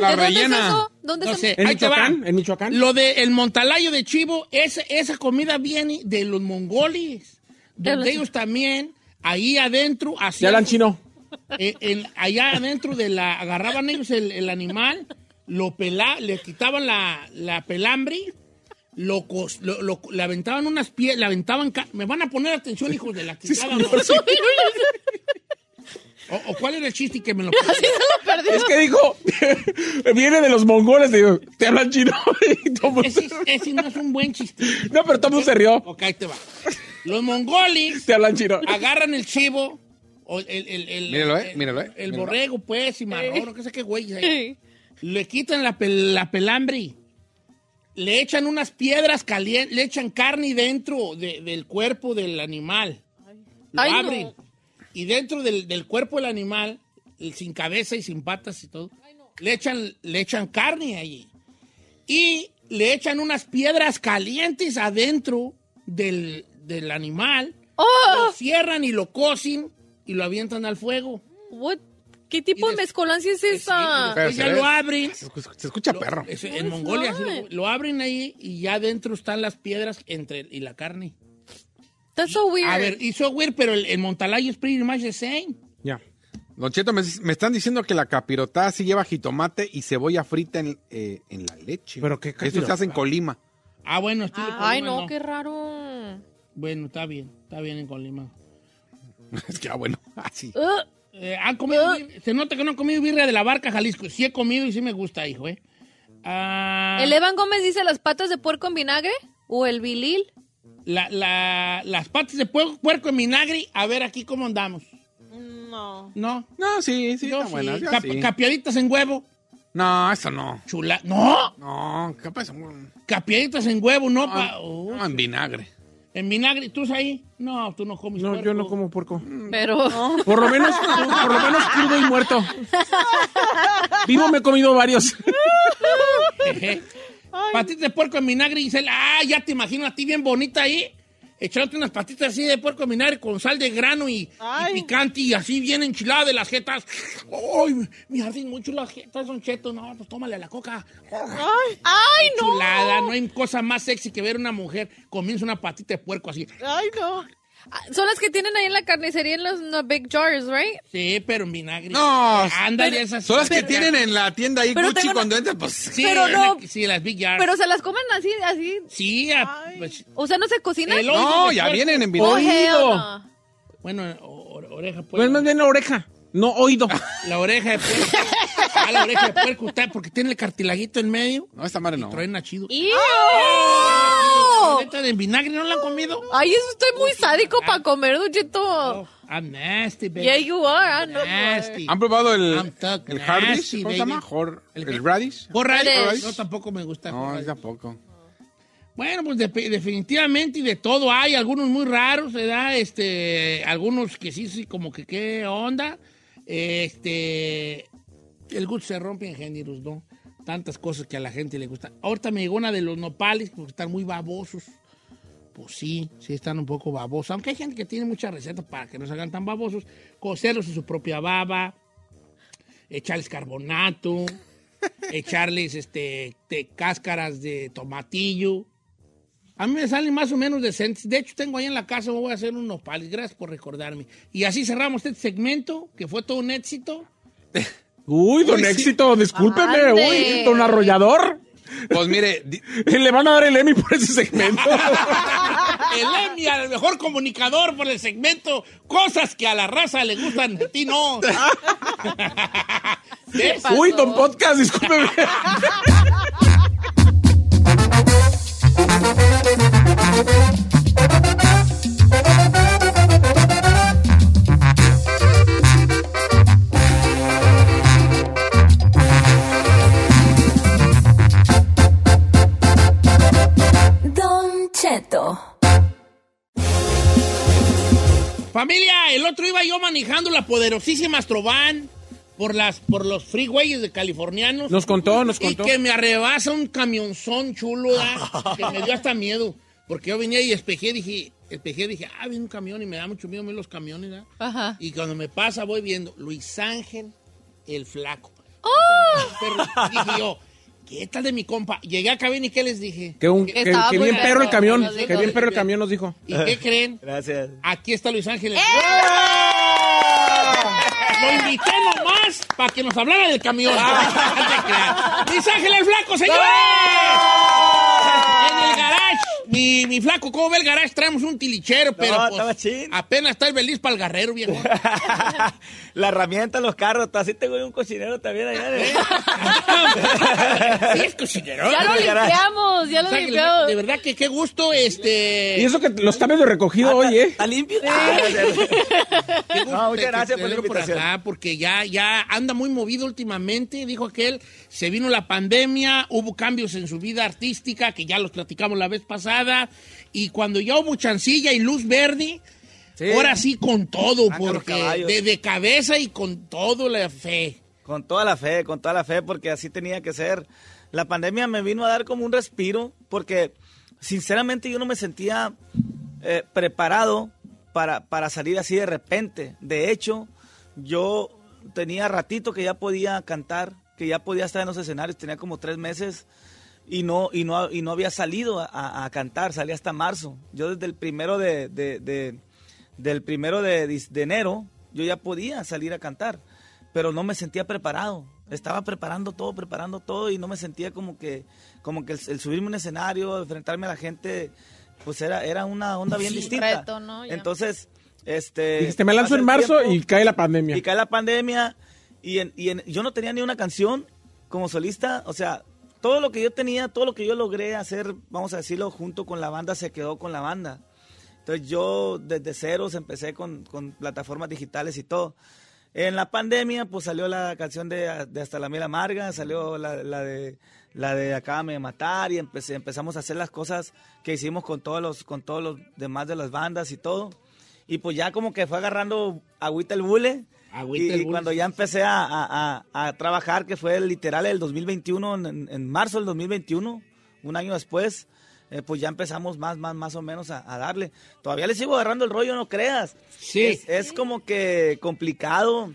Speaker 5: La
Speaker 4: ¿De dónde es
Speaker 5: rellena.
Speaker 4: eso? ¿Dónde
Speaker 2: No
Speaker 4: es
Speaker 2: sé.
Speaker 4: eso?
Speaker 3: En
Speaker 2: Ahí te va.
Speaker 3: Michoacán, en Michoacán.
Speaker 2: Lo del el montalayo de chivo, esa, esa comida viene de los mongoles. Donde
Speaker 4: los-
Speaker 2: ellos también, ahí adentro,
Speaker 3: Ya
Speaker 2: hacían.
Speaker 3: hablan chino.
Speaker 2: eh, en- allá adentro de la. Agarraban ellos el, el animal, lo pela, le quitaban la, la pelambre, lo, cos- lo- lo- le aventaban unas pies, le aventaban. ca- Me van a poner atención, hijos de la quijada, ¿no? o, o cuál era el chiste que me lo
Speaker 3: Es que dijo, viene de los mongoles, digo, te hablan chino. Y todo el mundo-
Speaker 2: Ese, ese no es un buen chiste.
Speaker 3: no, pero todo el mundo se rió,
Speaker 2: Ok, ahí te va. Los mongoles
Speaker 3: te hablan chino.
Speaker 2: agarran el chivo, o el, el, el-
Speaker 5: Míralo, eh,
Speaker 2: el-
Speaker 5: míralo, eh,
Speaker 2: el
Speaker 5: míralo.
Speaker 2: borrego, pues, y marrón, o qué sé qué güey. ahí. Le quitan la, pel- la pelambre, le echan unas piedras calientes, le echan carne dentro de- del cuerpo del animal. Lo
Speaker 4: Ay, no.
Speaker 2: abren. Y dentro del, del cuerpo del animal, el sin cabeza y sin patas y todo, le, echan, le echan carne allí. Y le echan unas piedras calientes adentro del, del animal
Speaker 4: Oh,
Speaker 2: lo cierran y lo cocen y lo avientan al fuego.
Speaker 4: What? ¿Qué
Speaker 2: Y
Speaker 4: tipo de
Speaker 2: des-
Speaker 4: mezcolancia es
Speaker 2: Y
Speaker 4: esa?
Speaker 5: Pero
Speaker 2: después ya
Speaker 5: se ve-
Speaker 2: lo abren.
Speaker 5: Se escucha, se escucha
Speaker 2: Lo-
Speaker 5: perro.
Speaker 2: es- en Mongolia así lo, lo abren ahí y ya adentro están las piedras entre y la carne.
Speaker 4: That's so weird.
Speaker 2: A ver, hizo weird, pero el, el Montalayo es pretty much the same.
Speaker 3: Ya.
Speaker 5: Don Cheto, me, me están diciendo que la capirotada sí lleva jitomate y cebolla frita en, eh, en la leche.
Speaker 3: ¿Pero qué
Speaker 5: Esto se
Speaker 3: capirotada?
Speaker 5: hace en Colima.
Speaker 2: Ah, bueno, estoy de
Speaker 4: Ay,
Speaker 2: Colima,
Speaker 4: no, qué raro.
Speaker 2: Bueno, está bien, está bien en Colima.
Speaker 5: es que, ah, bueno, así.
Speaker 4: Ugh.
Speaker 2: Eh, ¿han comido bir- Se nota que no han comido birria de la barca Jalisco. Sí he comido y sí me gusta, hijo, ¿eh? Ah,
Speaker 4: ¿El e- Evan Gómez dice las patas de puerco en vinagre? ¿O el bilil?
Speaker 2: la- la- las patas de puer- puerco en vinagre. A ver aquí cómo andamos.
Speaker 6: no.
Speaker 2: No,
Speaker 5: No, sí, sí,
Speaker 2: Yo
Speaker 5: está
Speaker 2: sí.
Speaker 5: buena, yo
Speaker 2: Cap-
Speaker 5: sí.
Speaker 2: Capeaditas en huevo.
Speaker 5: No, eso no.
Speaker 2: Chula. No,
Speaker 5: No, capaz. un-
Speaker 2: capeaditas en huevo, no. pa-
Speaker 5: Ah,
Speaker 2: Oh,
Speaker 5: no, en vinagre.
Speaker 2: En vinagre, ¿tú es ahí? No, tú no comes.
Speaker 3: No,
Speaker 2: puerco.
Speaker 3: yo no como puerco.
Speaker 2: Mm.
Speaker 4: Pero.
Speaker 3: Mm. Por lo menos, por lo menos crudo y muerto. Vivo me he comido varios.
Speaker 2: Ejé. Patitas de puerco en vinagre, Gisela. Ah, ya te imagino a ti bien bonita ahí. Echándote unas patitas así de puerco en vinagre con sal de grano y, y
Speaker 6: Ay.
Speaker 2: picante y así bien enchilada de las jetas. ¡Ay! Me hacen mucho las jetas, Don Cheto. No, pues tómale a la coca.
Speaker 6: Ay,
Speaker 4: ¡Ay, no!
Speaker 2: Chulada. No hay cosa más sexy que ver una mujer comienza una patita de puerco así.
Speaker 6: ay, no.
Speaker 4: Ah, Son las que tienen ahí en la carnicería en los, en los big jars, ¿right?
Speaker 2: Sí, pero en vinagre.
Speaker 5: No,
Speaker 2: Ándale, esas.
Speaker 5: Son las que
Speaker 2: esas-
Speaker 5: tienen en la tienda ahí
Speaker 4: Pero
Speaker 5: Gucci
Speaker 4: tengo una-
Speaker 5: cuando entran, pues.
Speaker 2: Sí,
Speaker 4: Pero no.
Speaker 2: Sí, las Big Yard.
Speaker 4: Pero se las comen así, así.
Speaker 2: Sí, a-
Speaker 6: Ay.
Speaker 2: pues,
Speaker 4: O sea, no se cocinan.
Speaker 2: el oído
Speaker 5: No,
Speaker 2: de
Speaker 5: ya
Speaker 2: puerco.
Speaker 5: vienen en
Speaker 4: Oh,
Speaker 5: vinagre.
Speaker 4: hell
Speaker 3: oído.
Speaker 4: no.
Speaker 2: Bueno, o- o- oreja
Speaker 3: No
Speaker 2: pues.
Speaker 3: es más bien la oreja, no oído.
Speaker 2: La oreja de puerco. Ah, la oreja de puerco está porque tiene el cartilaguito en medio.
Speaker 5: No, esta madre no.
Speaker 2: Truena chido.
Speaker 4: ¡Ew!
Speaker 2: ¿Neta de vinagre no la han comido?
Speaker 4: Ay, eso estoy muy sádico para comer, Duchito.
Speaker 2: Oh, I'm nasty, baby.
Speaker 4: Yeah, you are. I know you are.
Speaker 2: Nasty.
Speaker 5: ¿Han probado
Speaker 2: I'm
Speaker 5: el,
Speaker 2: talking
Speaker 5: el Hardish?
Speaker 2: nasty,
Speaker 5: ¿Cómo se llama?
Speaker 2: baby.
Speaker 5: Hor-
Speaker 2: ¿El
Speaker 5: ¿El,
Speaker 2: qué?
Speaker 5: Radish?
Speaker 2: ¿Borra-
Speaker 4: Eres.
Speaker 2: No, tampoco me gusta.
Speaker 5: No,
Speaker 2: borra-
Speaker 5: es tampoco.
Speaker 2: Bueno, pues de- definitivamente y de todo hay, algunos muy raros, ¿verdad? Este, algunos que sí, sí, como que qué onda. Este, el gusto se rompe en géneros, ¿no? Tantas cosas que a la gente le gustan. Ahorita me llegó una de los nopales porque están muy babosos. Pues sí, sí están un poco babosos. Aunque hay gente que tiene muchas recetas para que no se hagan tan babosos. Cocerlos en su propia baba, echarles carbonato, echarles este, te- cáscaras de tomatillo. A mí me salen más o menos decentes. De hecho, tengo ahí en la casa, voy a hacer unos nopales. Gracias por recordarme. Y así cerramos este segmento, que fue todo un éxito.
Speaker 3: Uy, don Éxito, discúlpeme.
Speaker 4: Ande.
Speaker 3: Uy, don Arrollador. Eh,
Speaker 5: Pues mire, di-
Speaker 3: Le van a dar el Emmy por ese segmento.
Speaker 2: El Emi, el mejor comunicador por el segmento Cosas que a la raza le gustan a ti no. ¿Ves?
Speaker 3: Uy, don Podcast, discúlpeme.
Speaker 8: Don Cheto.
Speaker 2: Familia, el otro iba yo manejando la poderosísima Astrovan por, las, por los freeways de californianos.
Speaker 3: Nos contó, nos
Speaker 2: y
Speaker 3: contó.
Speaker 2: que me arrebasa un camionzón chulo, ¿verdad? que me dio hasta miedo. Porque yo venía y espejé, dije, espejé, dije, ah, viene un camión y me da mucho miedo a mí los camiones, ¿verdad?
Speaker 4: Ajá.
Speaker 2: Y cuando me pasa voy viendo Luis Ángel el Flaco. Pero dije yo, ¿qué tal de mi compa? Llegué a cabina y ¿qué les dije?
Speaker 3: Que, un- que-
Speaker 4: Estaba
Speaker 3: que
Speaker 4: muy
Speaker 3: bien perro el
Speaker 4: perro,
Speaker 3: camión.
Speaker 4: nos dijo.
Speaker 3: Que bien perro el camión nos dijo.
Speaker 2: ¿Y qué creen?
Speaker 9: Gracias.
Speaker 2: Aquí está Luis Ángel. el
Speaker 4: ¡Eh!
Speaker 2: Flaco. Lo invité nomás para que nos hablara del camión. No te creas. Luis Ángel el
Speaker 4: ¡Eh!
Speaker 2: Flaco, señores. En el garage. Mi, mi flaco, ¿cómo ve el garage? Traemos un tilichero, pero pues,
Speaker 9: estaba chido.
Speaker 2: apenas está el beliz para el garrero, viejo.
Speaker 9: La herramienta, los carros, así tengo un cocinero también allá. de-
Speaker 2: sí, es cocinero.
Speaker 4: Ya lo limpiamos, ya lo
Speaker 2: O sea, que
Speaker 4: limpiamos.
Speaker 2: de verdad que qué gusto, este...
Speaker 3: Y eso que lo está medio recogido hoy, ¿eh?
Speaker 9: Está limpio. Ah, gracias.
Speaker 2: Qué gusto
Speaker 9: No, muchas
Speaker 2: te-
Speaker 9: gracias
Speaker 2: te
Speaker 9: por la
Speaker 2: veo
Speaker 9: invitación.
Speaker 2: acá, Ah, porque ya, ya anda muy movido últimamente, dijo aquel. Se vino la pandemia, hubo cambios en su vida artística, que ya los platicamos la vez pasada. Y cuando ya hubo chancilla y luz verde, ahora sí con todo,
Speaker 9: Saca los
Speaker 2: porque
Speaker 9: Ah, caballos.
Speaker 2: de, de cabeza y con todo la fe.
Speaker 9: Con toda la fe, con toda la fe, porque así tenía que ser. La pandemia me vino a dar como un respiro, porque sinceramente yo no me sentía eh, preparado para, para salir así de repente. De hecho, yo tenía ratito que ya podía cantar, que ya podía estar en los escenarios, tenía como tres meses y no, y no, y no había salido a- a, a cantar, salí hasta marzo. Yo desde el primero de, de- de- del primero de, dis- de enero, yo ya podía salir a cantar, pero no me sentía preparado. Estaba preparando todo, preparando todo y no me sentía como que, como que el, el subirme a un escenario, enfrentarme a la gente, pues era, era una onda bien
Speaker 4: Sí, un
Speaker 9: distinta.
Speaker 4: reto, ¿no? Ya.
Speaker 9: Entonces, este...
Speaker 3: ¿eh? Dijiste, me lanzo
Speaker 9: pasa
Speaker 3: en
Speaker 9: el
Speaker 3: marzo
Speaker 9: tiempo
Speaker 3: y cae la pandemia.
Speaker 9: y cae la pandemia y, en- y en- yo no tenía ni una canción como solista, o sea, todo lo que yo tenía, todo lo que yo logré hacer, vamos a decirlo, junto con la banda, se quedó con la banda. Entonces yo desde ceros empecé con, con plataformas digitales y todo. En la pandemia, pues salió la canción de, de Hasta la Miel Amarga, salió la, la de la de Acábame de Matar y empecé- empezamos a hacer las cosas que hicimos con todos los, con todos los demás de las bandas y todo. Y pues ya como que fue agarrando agüita el bule.
Speaker 2: Agüita
Speaker 9: y
Speaker 2: el bule.
Speaker 9: cuando ya empecé a, a- a- a trabajar, que fue literal el 2021, en, en marzo del 2021, un año después, eh, pues ya empezamos más, más, más o menos a, a darle. Todavía le sigo agarrando el rollo, no creas.
Speaker 2: Sí.
Speaker 9: Es, eh, es como que complicado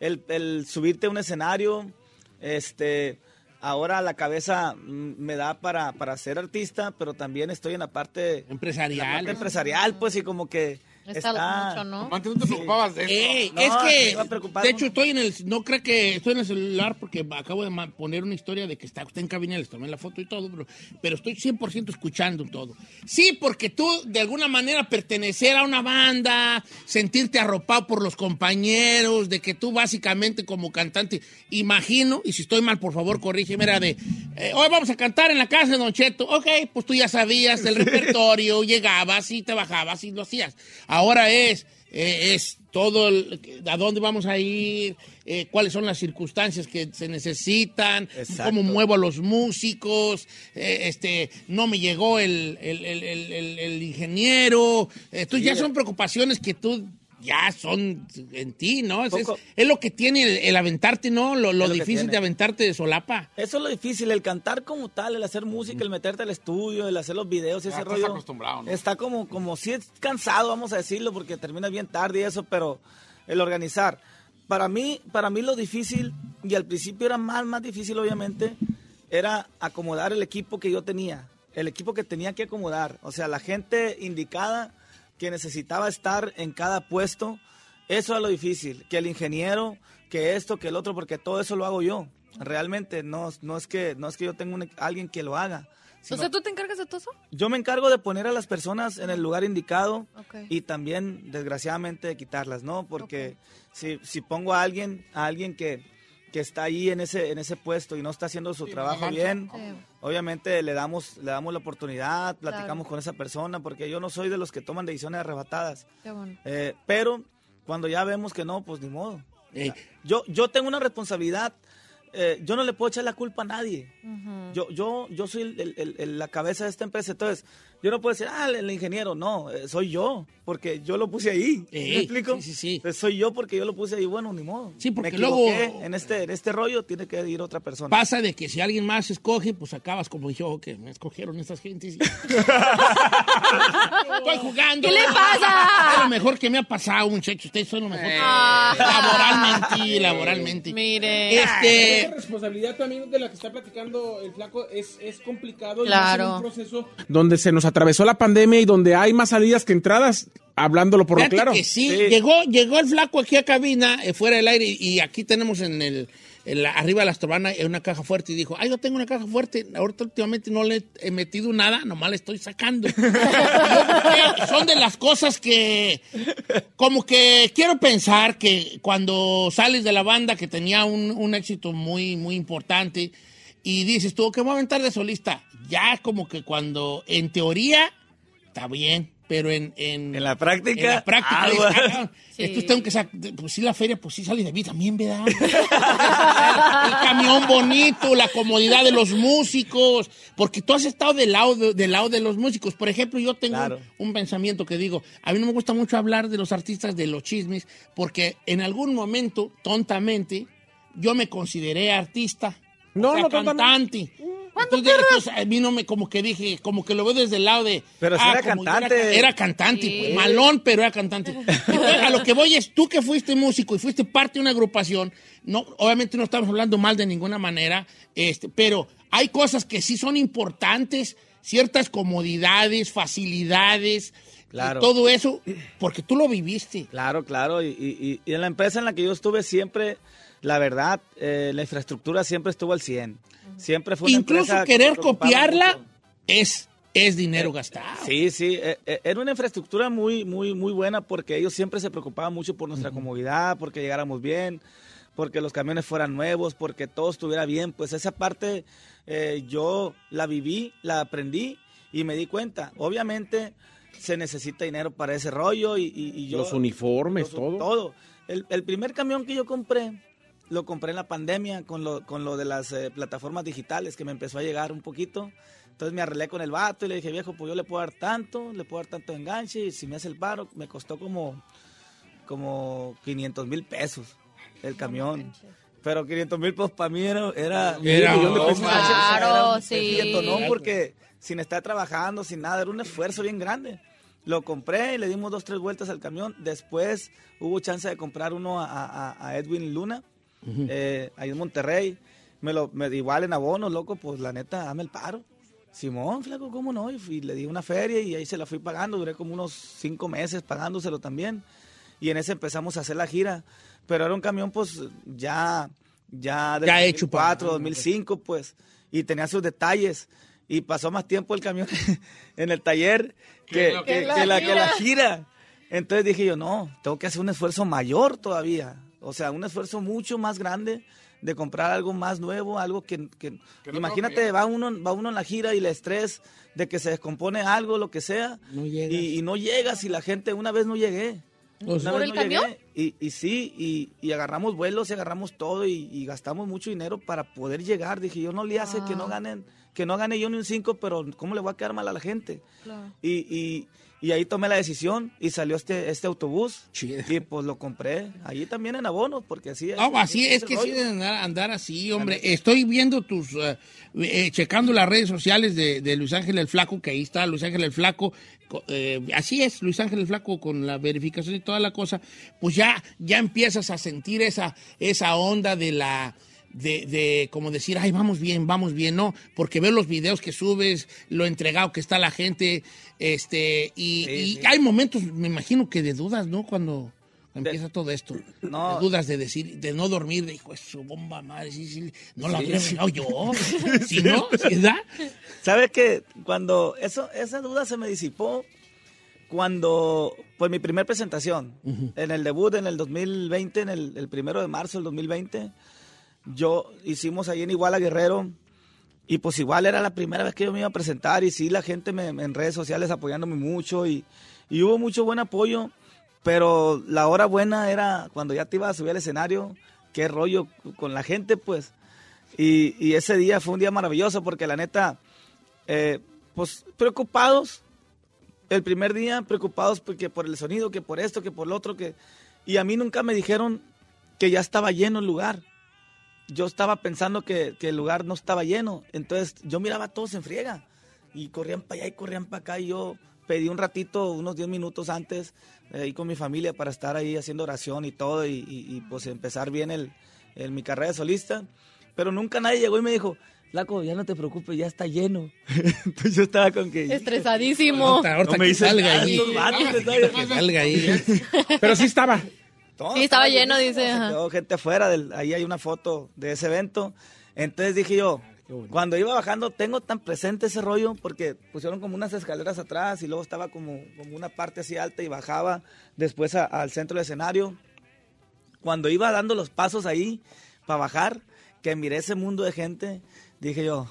Speaker 9: el, el subirte a un escenario. Este, ahora la cabeza mm, me da para, para ser artista, pero también estoy en la parte, la
Speaker 2: Empresarial.
Speaker 9: parte empresarial, pues, y como que
Speaker 4: Está
Speaker 9: está...
Speaker 4: mucho, ¿no?
Speaker 5: Antes no te preocupabas de eso.
Speaker 2: Ey,
Speaker 9: No,
Speaker 2: es
Speaker 9: me iba a
Speaker 2: que,
Speaker 9: preocupar
Speaker 2: de
Speaker 9: con-
Speaker 2: hecho, estoy en el, no creo que estoy en el celular porque acabo de ma- poner una historia de que está usted en cabina, les tomé la foto y todo, pero, pero estoy 100% escuchando todo. Sí, porque tú, de alguna manera, pertenecer a una banda, sentirte arropado por los compañeros, de que tú básicamente como cantante, imagino, y si estoy mal, por favor, corrígeme, era de, eh, hoy vamos a cantar en la casa de Don Cheto. Ok, pues tú ya sabías el repertorio, llegabas y te bajabas y lo hacías. Ahora es... Eh, es todo el- a dónde vamos a ir, eh, cuáles son las circunstancias que se necesitan,
Speaker 9: Exacto.
Speaker 2: cómo muevo a los músicos, eh, este, no me llegó el, el- el- el- el- el ingeniero. Entonces ya son preocupaciones que tú ya son en ti, ¿no? Es, es-
Speaker 9: Poco.
Speaker 2: es lo que tiene el, el aventarte, ¿no? Lo, lo
Speaker 9: Es lo que
Speaker 2: difícil
Speaker 9: tiene.
Speaker 2: de aventarte de solapa.
Speaker 9: Eso es lo difícil, el cantar como tal, el hacer música, el meterte al estudio, el hacer los videos, ese
Speaker 5: estás
Speaker 9: rollo.
Speaker 5: acostumbrado, ¿no?
Speaker 9: Está como, como si es cansado, vamos a decirlo, porque terminas bien tarde y eso, pero el organizar. Para mí, para mí lo difícil, y al principio era más, más difícil, obviamente, era acomodar el equipo que yo tenía, el equipo que tenía que acomodar. O sea, la gente indicada que necesitaba estar en cada puesto, eso es lo difícil, que el ingeniero, que esto, que el otro, porque todo eso lo hago yo. Realmente no, no es que no es que yo tenga un- alguien que lo haga.
Speaker 4: O
Speaker 9: sino
Speaker 4: sea, ¿tú te encargas de todo eso?
Speaker 9: yo me encargo de poner a las personas en el lugar indicado
Speaker 4: Ok.
Speaker 9: y también, desgraciadamente, de quitarlas, ¿no? Porque si, si pongo a alguien, a alguien que, que está ahí en ese, en ese puesto y no está haciendo su trabajo bien, obviamente le damos, le damos la oportunidad, platicamos
Speaker 4: Claro.
Speaker 9: con esa persona, porque yo no soy de los que toman decisiones arrebatadas.
Speaker 4: Qué bueno.
Speaker 9: Eh, pero cuando ya vemos que no, pues ni modo.
Speaker 2: Eh,
Speaker 9: Yo, yo tengo una responsabilidad. eh, yo no le puedo echar la culpa a nadie. Yo, yo, yo soy el- el- el- el- la cabeza de esta empresa. Entonces, yo no puedo decir, ah, el, el ingeniero. No, eh, soy yo, porque yo lo puse ahí. ¿Me
Speaker 2: Ey,
Speaker 9: explico?
Speaker 2: sí, sí, sí.
Speaker 9: Eh, soy yo porque yo lo puse ahí. Bueno, ni modo.
Speaker 2: Sí, porque
Speaker 9: Me
Speaker 2: luego-
Speaker 9: equivoqué. En este, en este rollo tiene que ir otra persona.
Speaker 2: Pasa de que si alguien más escoge, pues acabas como yo, que me escogieron estas gentes. Estoy jugando.
Speaker 4: ¿Qué le pasa? Ah.
Speaker 2: Es lo mejor que me ha pasado, muchachos. Ustedes son lo mejor. que- Laboralmente, laboralmente.
Speaker 9: eh,
Speaker 4: Mire.
Speaker 2: Este.
Speaker 3: Esa responsabilidad también de la que está platicando el flaco es, es complicado y
Speaker 4: Claro.
Speaker 3: va a ser un proceso donde se nos atravesó la pandemia y donde hay más salidas que entradas, hablándolo por lo
Speaker 2: Fíjate
Speaker 3: claro.
Speaker 2: que sí,
Speaker 9: Sí.
Speaker 2: Llegó, llegó el flaco aquí a cabina, eh, fuera del aire, y, y aquí tenemos en el, en la- arriba de la astrovana eh, una caja fuerte, y dijo, ay, yo tengo una caja fuerte, ahorita últimamente no le he metido nada, nomás le estoy sacando. Yo creo- Son de las cosas que, como que quiero pensar que cuando sales de la banda que tenía un, un éxito muy, muy importante, y dices tú, que voy a aventar de solista? Ya como que cuando, en teoría, está bien, pero en... en-
Speaker 9: En la práctica.
Speaker 2: en la práctica.
Speaker 9: agua.
Speaker 2: dices, ah, cabrón,
Speaker 4: Sí.
Speaker 2: entonces tengo que sac- Pues sí, la feria, pues sí sale de mí también, ¿verdad? el camión bonito, la comodidad de los músicos. Porque tú has estado del lado de, del lado de los músicos. Por ejemplo, yo tengo
Speaker 9: Claro.
Speaker 2: un, un pensamiento que digo: a mí no me gusta mucho hablar de los artistas, de los chismes, porque en algún momento, tontamente, yo me consideré artista. o
Speaker 3: No,
Speaker 2: sea,
Speaker 3: no, tontamente.
Speaker 2: cantante. Entonces, entonces, a mí no me, como que dije, como que lo veo desde el lado de. ah,
Speaker 9: Pero si era
Speaker 2: como yo
Speaker 9: cantante.
Speaker 2: era cantante,
Speaker 4: Sí.
Speaker 2: pues, malón, pero era cantante. Entonces, a lo que voy es, tú que fuiste músico y fuiste parte de una agrupación, no, obviamente no estamos hablando mal de ninguna manera, este, pero hay cosas que sí son importantes, ciertas comodidades, facilidades,
Speaker 9: Claro.
Speaker 2: y todo eso, porque tú lo viviste.
Speaker 9: Claro, claro. Y, y- y- y en la empresa en la que yo estuve siempre, la verdad, eh, la infraestructura siempre estuvo al 100. Siempre fue una
Speaker 2: Incluso
Speaker 9: empresa que
Speaker 2: querer
Speaker 9: se preocupaba
Speaker 2: copiarla
Speaker 9: mucho.
Speaker 2: es, es dinero gastado.
Speaker 9: Sí, sí, eh, eh, era una infraestructura muy, muy, muy buena porque ellos siempre se preocupaban mucho por nuestra comodidad, porque llegáramos bien, porque los camiones fueran nuevos, porque todo estuviera bien. Pues esa parte eh, yo la viví, la aprendí y me di cuenta. Obviamente se necesita dinero para ese rollo y, y- y yo...
Speaker 3: Los uniformes,
Speaker 9: Todo,
Speaker 3: todo.
Speaker 9: todo. El, el primer camión que yo compré, lo compré en la pandemia con lo, con lo de las eh, plataformas digitales que me empezó a llegar un poquito. Entonces me arreglé con el vato y le dije, viejo, pues yo le puedo dar tanto, le puedo dar tanto de enganche y si me hace el paro, me costó como, como 500 mil pesos el camión. Pero 500 mil pesos para mí era... Era,
Speaker 2: Era un millón de
Speaker 9: No,
Speaker 2: pesos.
Speaker 9: manches, o sea,
Speaker 4: Claro,
Speaker 9: era un
Speaker 4: sí.
Speaker 9: filetonón porque sin estar trabajando, sin nada, era un esfuerzo bien grande. Lo compré y le dimos dos, tres vueltas al camión. Después hubo chance de comprar uno a, a- a Edwin Luna, eh, ahí en Monterrey. Me lo, me, igual en abono, loco, pues la neta, dame el paro. Simón, flaco, ¿cómo no? Y fui- le di una feria y ahí se la fui pagando. Duré como unos cinco meses pagándoselo también. Y en ese empezamos a hacer la gira. Pero era un camión, pues, ya... Ya, del
Speaker 2: Ya hecho,
Speaker 9: 2004,
Speaker 2: pa-
Speaker 9: 2005, pues. Y tenía sus detalles. Y pasó más tiempo el camión en el taller que,
Speaker 5: lo
Speaker 6: que-
Speaker 9: que- que la,
Speaker 6: que
Speaker 9: que la
Speaker 6: la
Speaker 9: gira. Entonces dije yo, no, tengo que hacer un esfuerzo mayor todavía. O sea, un esfuerzo mucho más grande de comprar algo más nuevo, algo que... que-
Speaker 5: no
Speaker 9: imagínate, va uno, va uno en la gira y el estrés de que se descompone algo, lo que sea,
Speaker 2: No llegas.
Speaker 9: y, y no llegas y la gente, una vez no llegué.
Speaker 2: O sea,
Speaker 9: Una
Speaker 4: ¿Por
Speaker 9: vez
Speaker 4: el
Speaker 9: no llegué,
Speaker 4: camión?
Speaker 9: Y, y sí, y, y agarramos vuelos y agarramos todo y, y gastamos mucho dinero para poder llegar. Dije, yo no le hace que no ganen, que no gane yo ni un 5, pero ¿cómo le voy a quedar mal a la gente? Y, y- y ahí tomé la decisión y salió este, este autobús
Speaker 2: Chido.
Speaker 9: y pues lo compré. Allí también en abonos, porque así es.
Speaker 2: Ah, así es que sí
Speaker 9: rollo.
Speaker 2: de andar, andar así, hombre. Estoy viendo tus, eh, eh, checando las redes sociales de, de Luis Ángel el Flaco, que ahí está Luis Ángel el Flaco. co- eh, así es, Luis Ángel el Flaco, con la verificación y toda la cosa, pues ya, ya empiezas a sentir esa, esa onda de la... De, de como decir, ay, vamos bien, vamos bien, no, porque veo los videos que subes, lo entregado que está la gente, este, y, y hay momentos, me imagino que de dudas, ¿no? Cuando empieza todo esto.
Speaker 9: No.
Speaker 2: De dudas de decir, de no dormir, de hijo, es su bomba madre, sí, sí, no la
Speaker 9: Sí,
Speaker 2: había
Speaker 9: sí.
Speaker 2: arreglado yo. Si no, ¿Sí, ¿verdad?
Speaker 9: ¿Sabes que Cuando eso, esa duda se me disipó, cuando, pues mi primer presentación, en el debut en el 2020, en el, el primero de marzo del 2020,
Speaker 7: yo hicimos ahí en Iguala Guerrero. Y pues igual era la primera vez que yo me iba a presentar y sí, la gente me, me- en redes sociales apoyándome mucho y, y hubo mucho buen apoyo, pero la hora buena era cuando ya te ibas a subir al escenario, qué rollo con la gente pues. Y, y ese día fue un día maravilloso porque la neta, eh, pues preocupados, el primer día preocupados porque por el sonido, que por esto, que por lo otro, que... Y a mí nunca me dijeron que ya estaba lleno el lugar yo estaba pensando que, que el lugar no estaba lleno. Entonces yo miraba a todos en friega. Y corrían para allá y corrían para acá. Y yo pedí un ratito, unos 10 minutos antes, eh, ahí con mi familia para estar ahí haciendo oración y todo. Y, y- y, pues empezar bien el, el- mi carrera de solista. Pero nunca nadie llegó y me dijo, Laco, ya no te preocupes, ya está lleno. Entonces yo estaba con que...
Speaker 4: Estresadísimo.
Speaker 7: Ahorita- ahorita que salga
Speaker 4: nada,
Speaker 7: ahí.
Speaker 4: estos vatos,
Speaker 7: Ahorita
Speaker 4: ¿sabes?
Speaker 7: que
Speaker 2: salga ahí.
Speaker 3: Pero sí estaba.
Speaker 7: Todo
Speaker 4: Sí, estaba lleno, dice,
Speaker 7: se
Speaker 4: ajá.
Speaker 7: quedó gente afuera. del- ahí hay una foto de ese evento. Entonces dije yo, cuando iba bajando, tengo tan presente ese rollo porque pusieron como unas escaleras atrás y luego estaba como, como una parte así alta y bajaba después a- al centro del escenario. Cuando iba dando los pasos ahí para bajar, que miré ese mundo de gente, dije yo,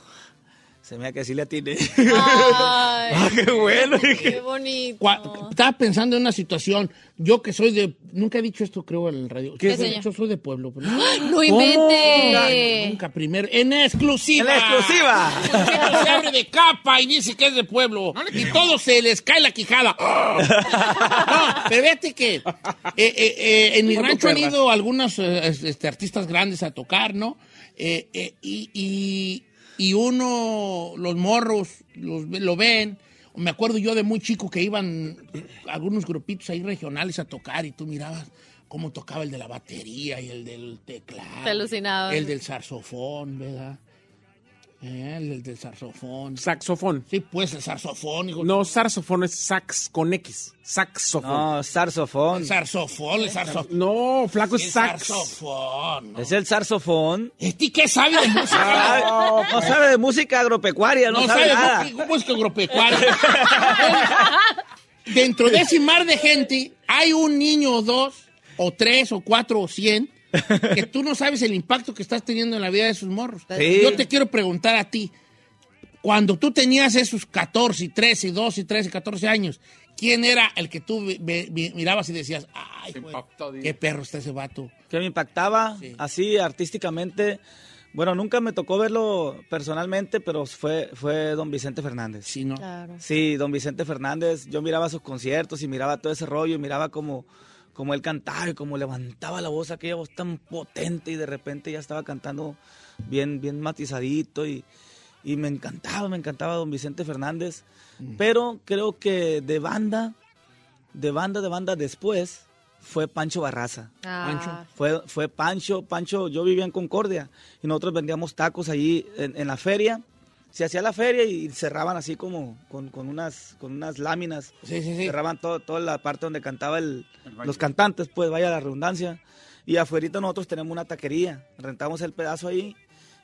Speaker 7: se me da que sí le atiné.
Speaker 4: Ay,
Speaker 7: Ah, qué bueno.
Speaker 4: qué bonito.
Speaker 2: Cua- Estaba pensando en una situación. Yo que soy de. Nunca he dicho esto, creo, en el radio.
Speaker 4: ¿Qué,
Speaker 2: Yo soy-
Speaker 4: señor?
Speaker 2: Yo soy de pueblo. pero-
Speaker 4: No invente.
Speaker 2: Nunca, nunca, primero. En exclusiva.
Speaker 7: ¡En la exclusiva!
Speaker 2: Siempre se abre de capa y dice que es de pueblo. Y todos se les cae la quijada. No, pero fíjate que eh, eh, eh, en mi
Speaker 3: Como
Speaker 2: rancho han
Speaker 3: perras.
Speaker 2: ido algunos eh, es- este, artistas grandes a tocar, ¿no? Eh, eh, y, y- y uno, los morros, los, ve- lo ven. Me acuerdo yo de muy chico que iban algunos grupitos ahí regionales a tocar y tú mirabas cómo tocaba el de la batería y el del teclado.
Speaker 4: Te alucinabas.
Speaker 2: El del saxofón, ¿verdad? Eh, El, del saxofón.
Speaker 3: Saxofón.
Speaker 2: Sí, pues el saxofón, hijo.
Speaker 3: No, saxofón es sax con X. Saxofón.
Speaker 7: No, sarsofón.
Speaker 2: El saxofón, el saxofón.
Speaker 3: No, flaco es
Speaker 2: El
Speaker 3: sax.
Speaker 2: saxofón. ¿no?
Speaker 7: Es el sarsofón.
Speaker 2: ¿Este qué sabe de música?
Speaker 7: Ah, no sabe de música agropecuaria, no,
Speaker 2: No sabe
Speaker 7: sabe,
Speaker 2: de
Speaker 7: nada.
Speaker 2: música- música agropecuaria. Dentro de ese mar de gente hay un niño o dos, o tres, o cuatro, o cien, que tú no sabes el impacto que estás teniendo en la vida de esos morros.
Speaker 7: Sí.
Speaker 2: Yo te quiero preguntar a ti, cuando tú tenías esos 14, 13, 12, 13, 14 años, ¿quién era el que tú ve- ve- vi- mirabas y decías, ay, güey, qué perro está ese vato?
Speaker 7: Que me impactaba
Speaker 2: Sí.
Speaker 7: así artísticamente. Bueno, nunca me tocó verlo personalmente, pero fue, fue don Vicente Fernández.
Speaker 2: Sí, ¿no?
Speaker 4: Claro.
Speaker 7: Sí, don Vicente Fernández, yo miraba sus conciertos y miraba todo ese rollo y miraba como, como él cantaba y como levantaba la voz, aquella voz tan potente y de repente ya estaba cantando bien, bien matizadito y, y me encantaba, me encantaba don Vicente Fernández. Pero creo que de banda, de banda, de banda después fue Pancho Barraza.
Speaker 4: Ah,
Speaker 7: Fue, fue Pancho, Pancho, yo vivía en Concordia y nosotros vendíamos tacos allí en, en la feria. Se hacía la feria y cerraban así como con, con unas, con unas láminas.
Speaker 2: Sí, sí, sí.
Speaker 7: Cerraban todo, toda la parte donde cantaba el, los cantantes, pues vaya la redundancia. Y afuera nosotros tenemos una taquería, rentamos el pedazo ahí